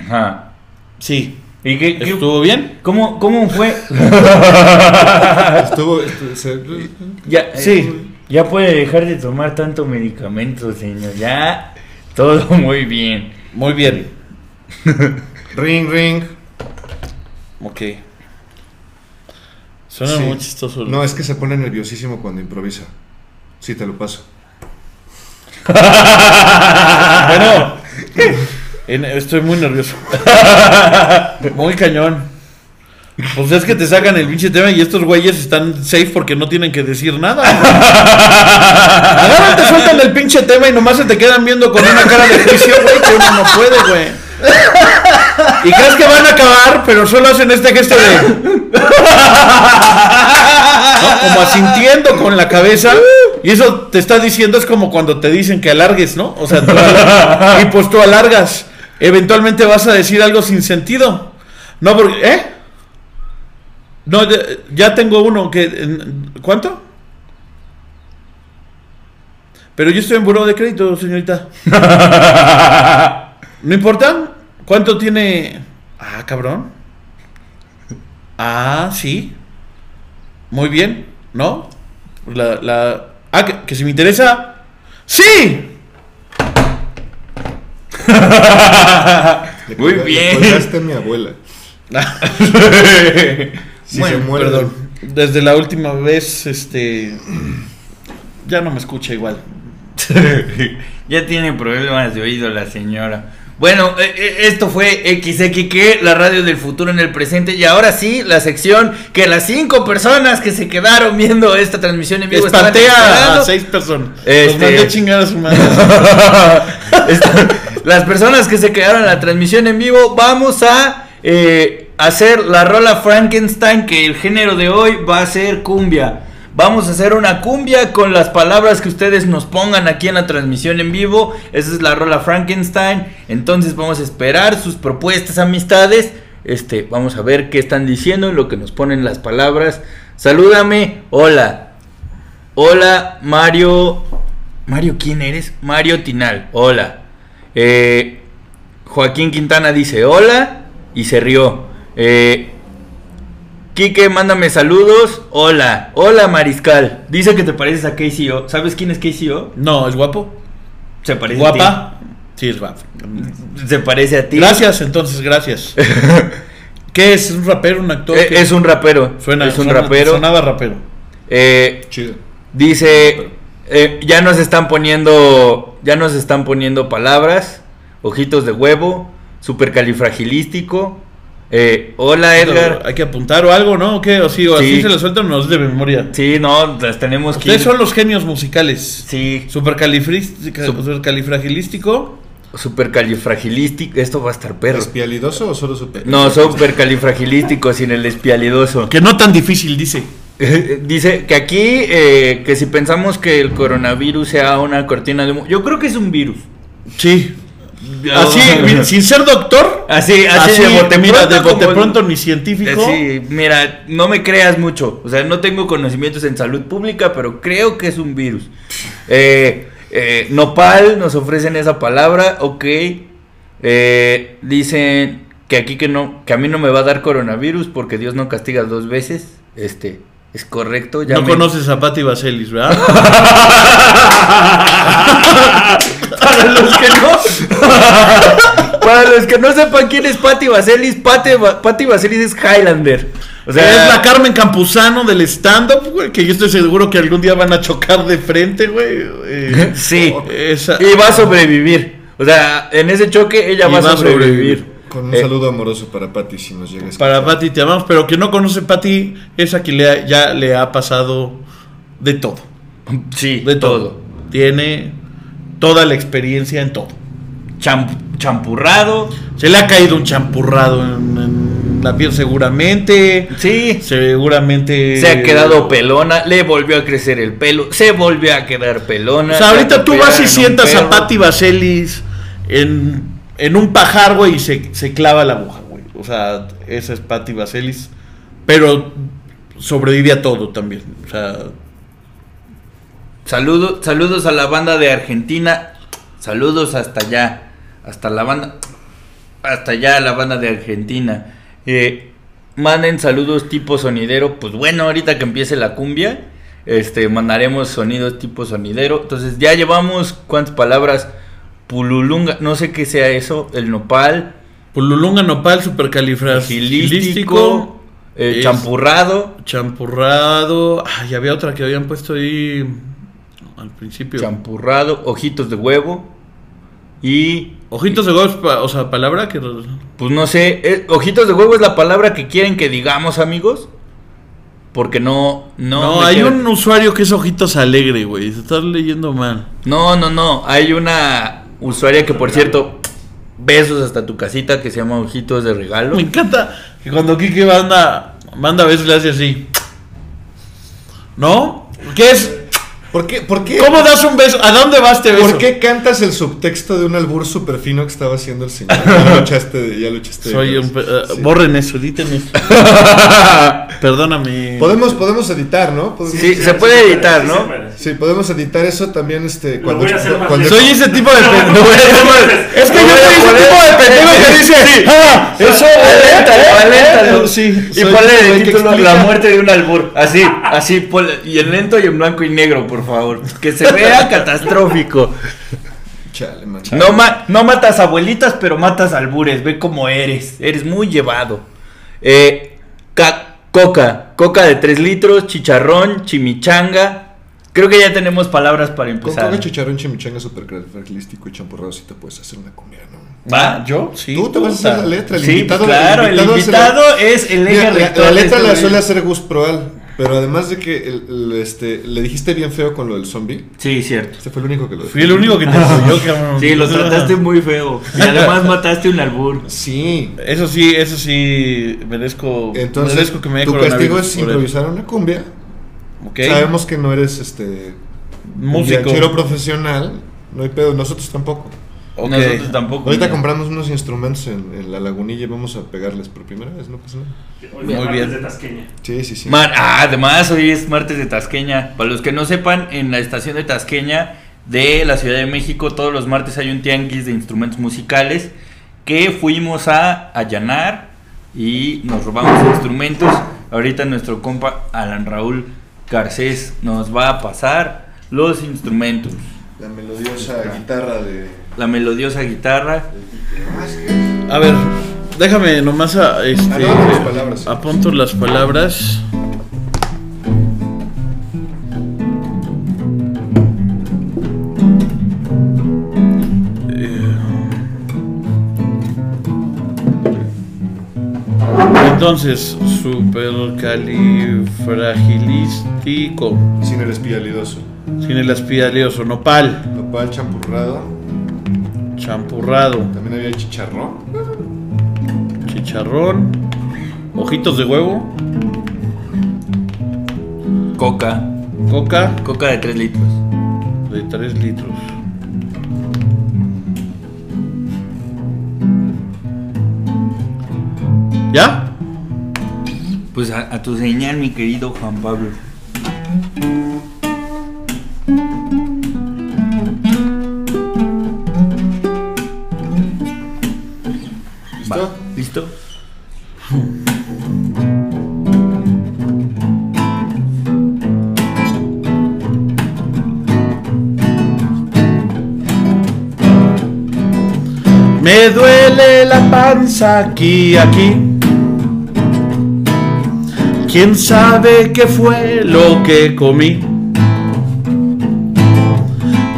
Speaker 2: Ajá.
Speaker 4: Sí,
Speaker 2: ¿Y qué? qué-
Speaker 4: estuvo bien.
Speaker 2: ¿Cómo, ¿Cómo fue?
Speaker 3: Estuvo. estu- se-
Speaker 2: ya,
Speaker 3: eh,
Speaker 4: Sí.
Speaker 2: Ya puede dejar de tomar tanto medicamento, señor. Ya. Todo muy bien.
Speaker 4: Muy bien.
Speaker 3: Ring, ring.
Speaker 4: Ok. Suena
Speaker 3: Sí.
Speaker 4: muy chistoso.
Speaker 3: No, es que se pone nerviosísimo cuando improvisa. Sí, te lo paso.
Speaker 4: Bueno, en- estoy muy nervioso. Muy cañón. Pues es que te sacan el pinche tema y estos güeyes están safe porque no tienen que decir nada. güey. Agarran, te sueltan el pinche tema y nomás se te quedan viendo con una cara de juicio, güey, que uno no puede, güey. Y crees que van a acabar, pero solo hacen este gesto de. ¿no? Como asintiendo con la cabeza. Y eso te está diciendo, es como cuando te dicen que alargues, ¿no? O sea, tú alargas, y pues tú alargas. Eventualmente vas a decir algo sin sentido. No, porque. ¿Eh? No, ya, ya tengo uno que. en- ¿Cuánto? Pero yo estoy en buró de crédito, señorita. ¿No importa? ¿Cuánto tiene? Ah, cabrón. Ah, sí. Muy bien, ¿no? La, la... Ah, que, que si me interesa. ¡Sí!
Speaker 3: Le
Speaker 2: Muy
Speaker 3: colga- le
Speaker 2: bien.
Speaker 3: colgaste a mi abuela. Si
Speaker 4: Bueno,
Speaker 3: se muere.
Speaker 4: Perdón. Desde la última vez, este. Ya no me escucha igual.
Speaker 2: ya tiene problemas de oído la señora. Bueno, eh, eh, esto fue XXQ, la radio del futuro en el presente. Y ahora sí, la sección que las cinco personas que se quedaron viendo esta transmisión en vivo estaban
Speaker 4: Espantea
Speaker 2: esperando.
Speaker 4: a seis personas.
Speaker 2: Este-
Speaker 4: Los mandé a chingar a su madre.
Speaker 2: Esta- las personas que se quedaron en la transmisión en vivo, vamos a eh, hacer la rola Frankenstein, que el género de hoy va a ser cumbia. Vamos a hacer una cumbia con las palabras que ustedes nos pongan aquí en la transmisión en vivo. Esa es la rola Frankenstein. Entonces vamos a esperar sus propuestas, amistades. Este, vamos a ver qué están diciendo y lo que nos ponen las palabras. Salúdame, hola. Hola, Mario. Mario, ¿quién eres? Mario Tinal. Hola. Eh, Joaquín Quintana dice hola y se rió. Eh, Quique, mándame saludos. Hola. Hola, Mariscal. Dice que te pareces a KCO. ¿Sabes quién es KCO?
Speaker 4: No, es guapo.
Speaker 2: Se parece a
Speaker 4: Guapa. Sí, es guapo.
Speaker 2: ti. Se parece a ti.
Speaker 4: Gracias, entonces, gracias. ¿Qué es? ¿Un rapero? ¿Un actor?
Speaker 2: Eh,
Speaker 4: ¿Qué?
Speaker 2: es un rapero.
Speaker 4: Suena,
Speaker 2: es un
Speaker 4: suena-
Speaker 2: rapero.
Speaker 4: Sonaba rapero.
Speaker 2: Eh,
Speaker 3: Chido.
Speaker 2: Dice, eh, ya nos están poniendo, ya nos están poniendo palabras, ojitos de huevo, supercalifragilístico. Eh, hola Edgar.
Speaker 4: Hay que apuntar o algo, ¿no? ¿O qué? O sí, o así
Speaker 2: Sí.
Speaker 4: se lo sueltan o nos de memoria.
Speaker 2: Sí, no, las tenemos que.
Speaker 4: Ustedes
Speaker 2: ir-
Speaker 4: son los genios musicales.
Speaker 2: Sí,
Speaker 4: Supercalifris- ca-
Speaker 2: Sup-
Speaker 4: Supercalifragilístico.
Speaker 2: supercalifragilístico. Esto va a estar perro.
Speaker 3: ¿Espialidoso o solo super?
Speaker 2: No, supercalifragilístico sin el espialidoso.
Speaker 4: Que no tan difícil, dice.
Speaker 2: Dice que aquí, eh, que si pensamos que el coronavirus sea una cortina de humo, yo creo que es un virus.
Speaker 4: Sí. Así, mira, sin ser doctor.
Speaker 2: Así, así,
Speaker 4: Ah, Así, de bote, mira, de
Speaker 2: pronto
Speaker 4: bote
Speaker 2: como-
Speaker 4: pronto Eh, ni científico.
Speaker 2: Eh, Sí, mira, no me creas mucho. O sea, no tengo conocimientos en salud pública, pero creo que es un virus. Eh, eh, nopal, nos ofrecen esa palabra, ok. Eh, dicen que aquí que no, que a mí no me va a dar coronavirus porque Dios no castiga dos veces. Este, es correcto. Ya
Speaker 4: No
Speaker 2: me-
Speaker 4: conoces a Patti Vaselis, ¿verdad? Para los que no.
Speaker 2: Para los que no sepan quién es Patti Vaselis, Patti, Va- Patti Vaselis es Highlander. O sea,
Speaker 4: es la Carmen Campuzano del stand-up, güey, que yo estoy seguro que algún día van a chocar de frente, güey. Eh,
Speaker 2: Sí.
Speaker 4: esa-
Speaker 2: Y va a sobrevivir. O sea, en ese choque ella
Speaker 4: Y
Speaker 2: va a
Speaker 4: va a
Speaker 2: sobrevivir.
Speaker 3: Con un
Speaker 2: Eh,
Speaker 3: saludo amoroso para Patty si nos llegas.
Speaker 4: Para Patti te amamos, pero quien no conoce Patti es a quien le ha- ya le ha pasado de todo.
Speaker 2: Sí,
Speaker 4: De todo. Tiene toda la experiencia en todo.
Speaker 2: Cham- champurrado.
Speaker 4: Se le ha caído un champurrado en, en la piel seguramente.
Speaker 2: Sí.
Speaker 4: Seguramente.
Speaker 2: Se ha quedado pelona. Le volvió a crecer el pelo. Se volvió a quedar pelona.
Speaker 4: O sea, ahorita tú vas y sientas a
Speaker 2: Pati
Speaker 4: Patti Vaselis en, en un pajar, güey, y se, se clava la aguja, güey. O sea, esa es Patti Vaselis. Pero sobrevive a todo también. O sea,
Speaker 2: Saludo- saludos a la banda de Argentina. Saludos hasta allá. Hasta la banda. Hasta allá, la banda de Argentina. Eh, manden saludos tipo sonidero. Pues bueno, ahorita que empiece la cumbia, este, mandaremos sonidos tipo sonidero. Entonces ya llevamos, ¿cuántas palabras? Pululunga, no sé qué sea eso, el nopal,
Speaker 4: Pululunga Pues nopal, supercalifragilístico,
Speaker 2: gilístico, eh,
Speaker 4: es-
Speaker 2: champurrado,
Speaker 4: champurrado. Ay, había otra que habían puesto ahí al principio.
Speaker 2: champurrado, ojitos de huevo y
Speaker 4: Ojitos de huevos, pa- o sea, palabra que.
Speaker 2: Pues no sé, eh, ojitos de huevo es la palabra que quieren que digamos, amigos. Porque no, no.
Speaker 4: No,
Speaker 2: me
Speaker 4: hay
Speaker 2: queda-
Speaker 4: un usuario que es ojitos alegre, güey. Se está leyendo mal.
Speaker 2: No, no, no. Hay una usuaria que, por cierto, besos hasta tu casita que se llama Ojitos de Regalo.
Speaker 4: Me encanta que cuando Kike manda, manda a veces le hace así. ¿No? ¿Qué es?
Speaker 3: ¿Por qué? ¿Por qué?
Speaker 4: ¿Cómo das un beso? ¿A dónde vas te beso?
Speaker 3: ¿Por qué cantas el subtexto de un albur súper fino que estaba haciendo el señor? Ya luchaste, ya luchaste.
Speaker 4: Soy un... pe- eh,
Speaker 3: Sí.
Speaker 4: Borren eso, editen eso. Perdóname.
Speaker 3: Podemos, podemos editar, ¿no? Podemos-
Speaker 2: Sí, se puede editar, ¿no?
Speaker 3: Sí, podemos editar eso también este cuando,
Speaker 5: voy a hacer más
Speaker 3: cuando-
Speaker 5: lento.
Speaker 4: Soy ese tipo de
Speaker 5: No,
Speaker 4: pendejo. Es que yo soy ese tipo de pendejo que dice... "Ah, eso...
Speaker 2: Aléntalo.
Speaker 4: Sí.
Speaker 2: Y
Speaker 4: soy
Speaker 2: ponle
Speaker 4: el
Speaker 2: de
Speaker 4: que
Speaker 2: título
Speaker 4: explica.
Speaker 2: La muerte de un albur. Así, así. ponle- Y en lento y en blanco y negro, por favor. Que se vea catastrófico.
Speaker 3: Chale, man.
Speaker 2: No, ma- no matas abuelitas, pero matas albures. Ve cómo eres. Eres muy llevado. Eh, ca- coca. Coca de 3 litros, chicharrón, chimichanga. Creo que ya tenemos palabras para
Speaker 3: Con
Speaker 2: empezar.
Speaker 3: coca, chicharrón, chimichanga, supercalifragilístico y champurrado si te puedes hacer una comida, ¿no?
Speaker 2: ¿Va?
Speaker 4: ¿Yo? Sí.
Speaker 3: Tú te vas a hacer la
Speaker 4: puta.
Speaker 3: letra, el
Speaker 2: Sí,
Speaker 3: invitado.
Speaker 2: claro, el invitado,
Speaker 3: hace
Speaker 2: es el eje
Speaker 3: Mira, la,
Speaker 2: rector
Speaker 3: la
Speaker 2: de
Speaker 3: letra
Speaker 2: este
Speaker 3: la
Speaker 2: video.
Speaker 3: suele hacer Gus Proal, pero además de que el- el, este, le dijiste bien feo con lo del zombie,
Speaker 2: Sí, cierto.
Speaker 3: este fue el único que lo
Speaker 4: Fui el único que te apoyó, cabrón.
Speaker 2: Sí, lo trataste muy feo. Y además mataste un albur.
Speaker 3: Sí.
Speaker 4: Eso sí, eso sí, merezco,
Speaker 3: Entonces,
Speaker 4: merezco que me dé
Speaker 3: tu castigo
Speaker 4: coronavirus
Speaker 3: es
Speaker 4: por él.
Speaker 3: improvisar una cumbia.
Speaker 4: Ok.
Speaker 3: Sabemos que no eres este
Speaker 4: Músico.
Speaker 3: viachero profesional. No hay pedo, nosotros tampoco.
Speaker 4: Ok.
Speaker 2: Nosotros tampoco.
Speaker 3: Ahorita
Speaker 2: mira.
Speaker 3: compramos unos instrumentos en, en la lagunilla y vamos a pegarles por primera vez, ¿no pasa nada?
Speaker 5: Muy
Speaker 4: Muy bien.
Speaker 5: bien. De Tasqueña.
Speaker 3: Sí, sí, sí.
Speaker 2: Mar- ah, además, hoy es martes de Tasqueña. Para los que no sepan, en la estación de Tasqueña de la Ciudad de México, todos los martes hay un tianguis de instrumentos musicales que fuimos a allanar y nos robamos instrumentos. Ahorita nuestro compa Alan Raúl Garcés nos va a pasar los instrumentos.
Speaker 3: La melodiosa guitarra de.
Speaker 2: La melodiosa guitarra.
Speaker 4: A ver, déjame nomás a, este,
Speaker 3: Anota las palabras.
Speaker 4: apunto las palabras. Eh, Entonces, supercalifragilístico.
Speaker 3: Sin el espialidoso.
Speaker 4: Sin el aspidalioso, nopal,
Speaker 3: Nopal champurrado.
Speaker 4: champurrado,
Speaker 3: También había chicharrón.
Speaker 4: chicharrón, ojitos de huevo,
Speaker 2: Coca.
Speaker 4: coca
Speaker 2: Coca de 3 litros.
Speaker 4: de 3 litros. ¿Ya?
Speaker 2: Pues a, a tu señal, mi querido Juan Pablo.
Speaker 3: ¿Listo?
Speaker 2: Va, ¿Listo?
Speaker 4: Me duele la panza aquí, aquí. ¿Quién sabe qué fue lo que comí?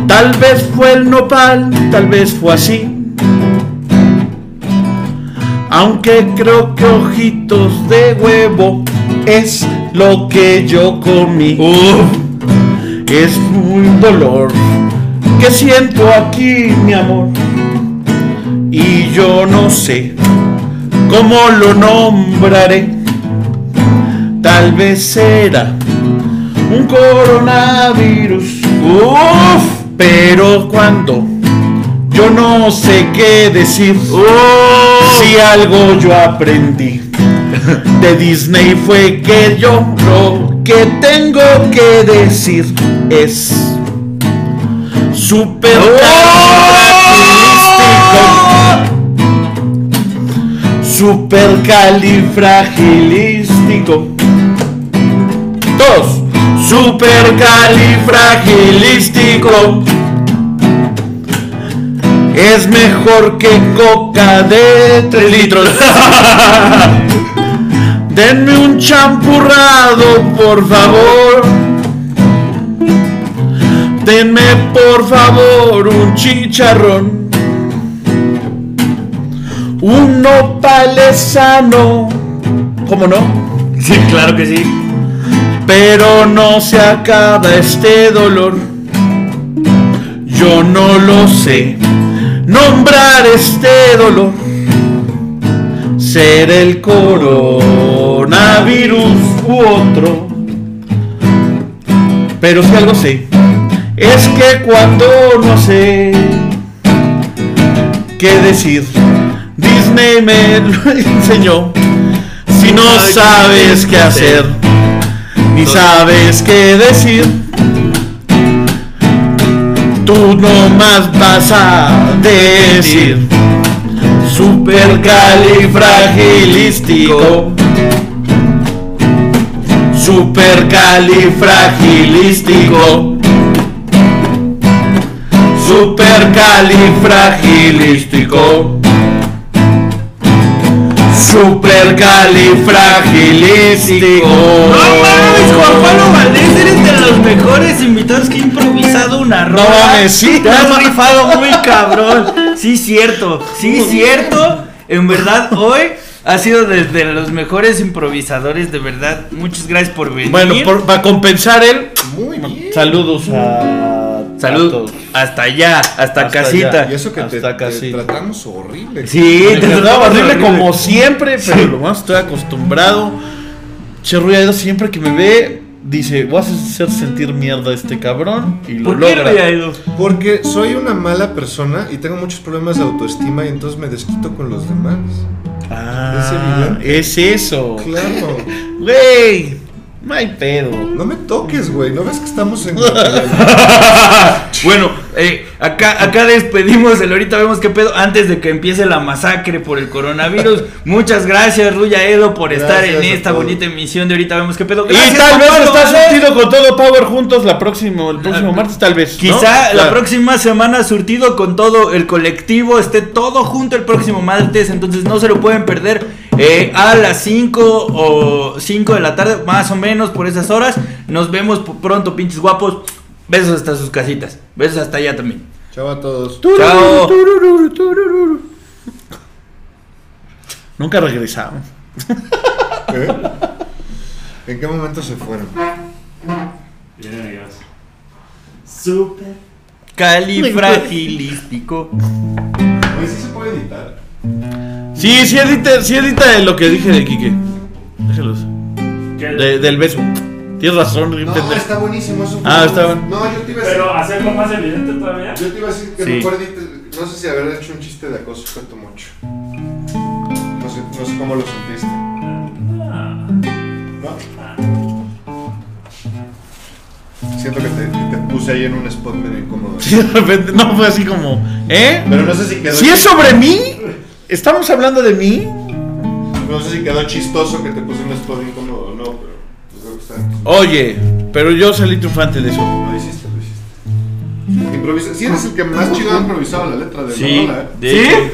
Speaker 4: Tal vez fue el nopal, tal vez fue así. Aunque creo que ojitos de huevo es lo que yo comí. es un dolor que siento aquí, mi amor y yo no sé cómo lo nombraré. Tal vez será un coronavirus. Uf, pero cuando yo no sé qué decir. Uf, si algo yo aprendí de Disney fue que yo lo que tengo que decir es super Supercalifragilístico. Dos. Supercalifragilístico. Es mejor que coca de 3 litros. Denme un champurrado, por favor. Denme, por favor, un chicharrón. Un nopalesano. ¿Cómo no?
Speaker 2: Sí, claro que sí.
Speaker 4: Pero no se acaba este dolor. Yo no lo sé nombrar este dolor. Ser el coronavirus u otro. Pero si algo sé, es que cuando no sé qué decir, Disney me lo enseñó. Si no sabes qué hacer, ni sabes qué decir, tú nomás vas a decir supercalifragilístico. Supercalifragilístico. Supercalifragilístico. Supercalifragilístico.
Speaker 2: Juan Pablo Valdés, eres de los mejores invitados que he improvisado una rola.
Speaker 4: mames, sí,
Speaker 2: Te
Speaker 4: no
Speaker 2: has
Speaker 4: mames.
Speaker 2: rifado muy cabrón. Sí, cierto, sí, cierto. En verdad, hoy has sido desde los mejores improvisadores, de verdad. Muchas gracias por venir.
Speaker 4: Bueno, por- para compensar él,
Speaker 3: Muy bien.
Speaker 4: saludos a. a
Speaker 2: Salud,
Speaker 4: todos.
Speaker 2: hasta allá, hasta,
Speaker 4: Hasta
Speaker 2: casita.
Speaker 4: allá.
Speaker 3: Y eso que te,
Speaker 4: Hasta
Speaker 3: te
Speaker 4: casi.
Speaker 3: tratamos horrible.
Speaker 2: Sí,
Speaker 4: Me quedaba
Speaker 2: tratamos
Speaker 4: horrible
Speaker 2: horrible.
Speaker 4: como siempre, pero lo más estoy acostumbrado. Che Ruido siempre que me ve, dice: Vas a hacer sentir mierda a este cabrón. Y lo
Speaker 2: ¿Por qué
Speaker 4: logra.
Speaker 2: Ruido?
Speaker 3: Porque soy una mala persona y tengo muchos problemas de autoestima y entonces me desquito con los demás.
Speaker 4: Ah, es eso.
Speaker 3: Claro.
Speaker 4: Güey, no hay pedo.
Speaker 3: No me toques, güey. ¿No ves que estamos en... Pero
Speaker 2: Bueno, eh, acá, acá despedimos el ahorita vemos qué pedo antes de que empiece la masacre por el coronavirus. Muchas gracias, Ruya Edo, por estar
Speaker 3: Gracias
Speaker 2: en
Speaker 3: a
Speaker 2: esta
Speaker 3: todos.
Speaker 2: bonita emisión de ahorita vemos qué pedo.
Speaker 4: Y
Speaker 2: Gracias,
Speaker 4: tal
Speaker 2: Juan
Speaker 4: vez
Speaker 2: Pablo
Speaker 4: está
Speaker 2: Valdés.
Speaker 4: surtido con todo Power juntos la próxima, el próximo martes, tal vez. ¿no?
Speaker 2: Ah, Quizá la
Speaker 4: Claro.
Speaker 2: próxima semana surtido con todo el colectivo, esté todo junto el próximo martes, entonces no se lo pueden perder eh, a las 5 o 5 de la tarde, más o menos por esas horas. Nos vemos p- pronto, pinches guapos. Besos hasta sus casitas, besos hasta allá también.
Speaker 3: Chao a todos.
Speaker 2: Chao.
Speaker 4: Nunca regresamos.
Speaker 3: ¿Eh? ¿En qué momento se fueron?
Speaker 5: Viene Dios. Súper.
Speaker 2: Califragilístico.
Speaker 3: Oye, sí se puede editar.
Speaker 4: Sí, sí edita, sí edita lo que dije de Quique. Déjalos.
Speaker 5: Que-
Speaker 4: De- del beso. Tienes razón, bien
Speaker 3: No,
Speaker 4: pendejo.
Speaker 3: está buenísimo eso.
Speaker 4: Ah, está bueno.
Speaker 3: No, yo te iba a decir,
Speaker 5: Pero hacerlo más evidente todavía.
Speaker 3: yo te iba a decir que
Speaker 2: Sí.
Speaker 3: mejor edites- No sé si haber hecho un chiste de acoso fue tu mucho. No sé, no sé cómo lo sentiste.
Speaker 5: Ah,
Speaker 3: ¿No? Siento que te, que te puse ahí en un spot medio incómodo.
Speaker 4: Sí, de repente, no, fue así como, ¿eh?
Speaker 3: Pero no sé si quedó.
Speaker 4: Si es sobre mí, estamos hablando de mí.
Speaker 3: No sé si quedó chistoso que te puse en un spot incómodo o no, pero yo creo que está.
Speaker 4: Oye, pero yo salí triunfante de eso.
Speaker 3: Lo hiciste, lo hiciste. Improvisa. Sí, eres el que más chido ha improvisado la letra de la
Speaker 2: Sí,
Speaker 3: rola, ¿eh?
Speaker 2: de hecho,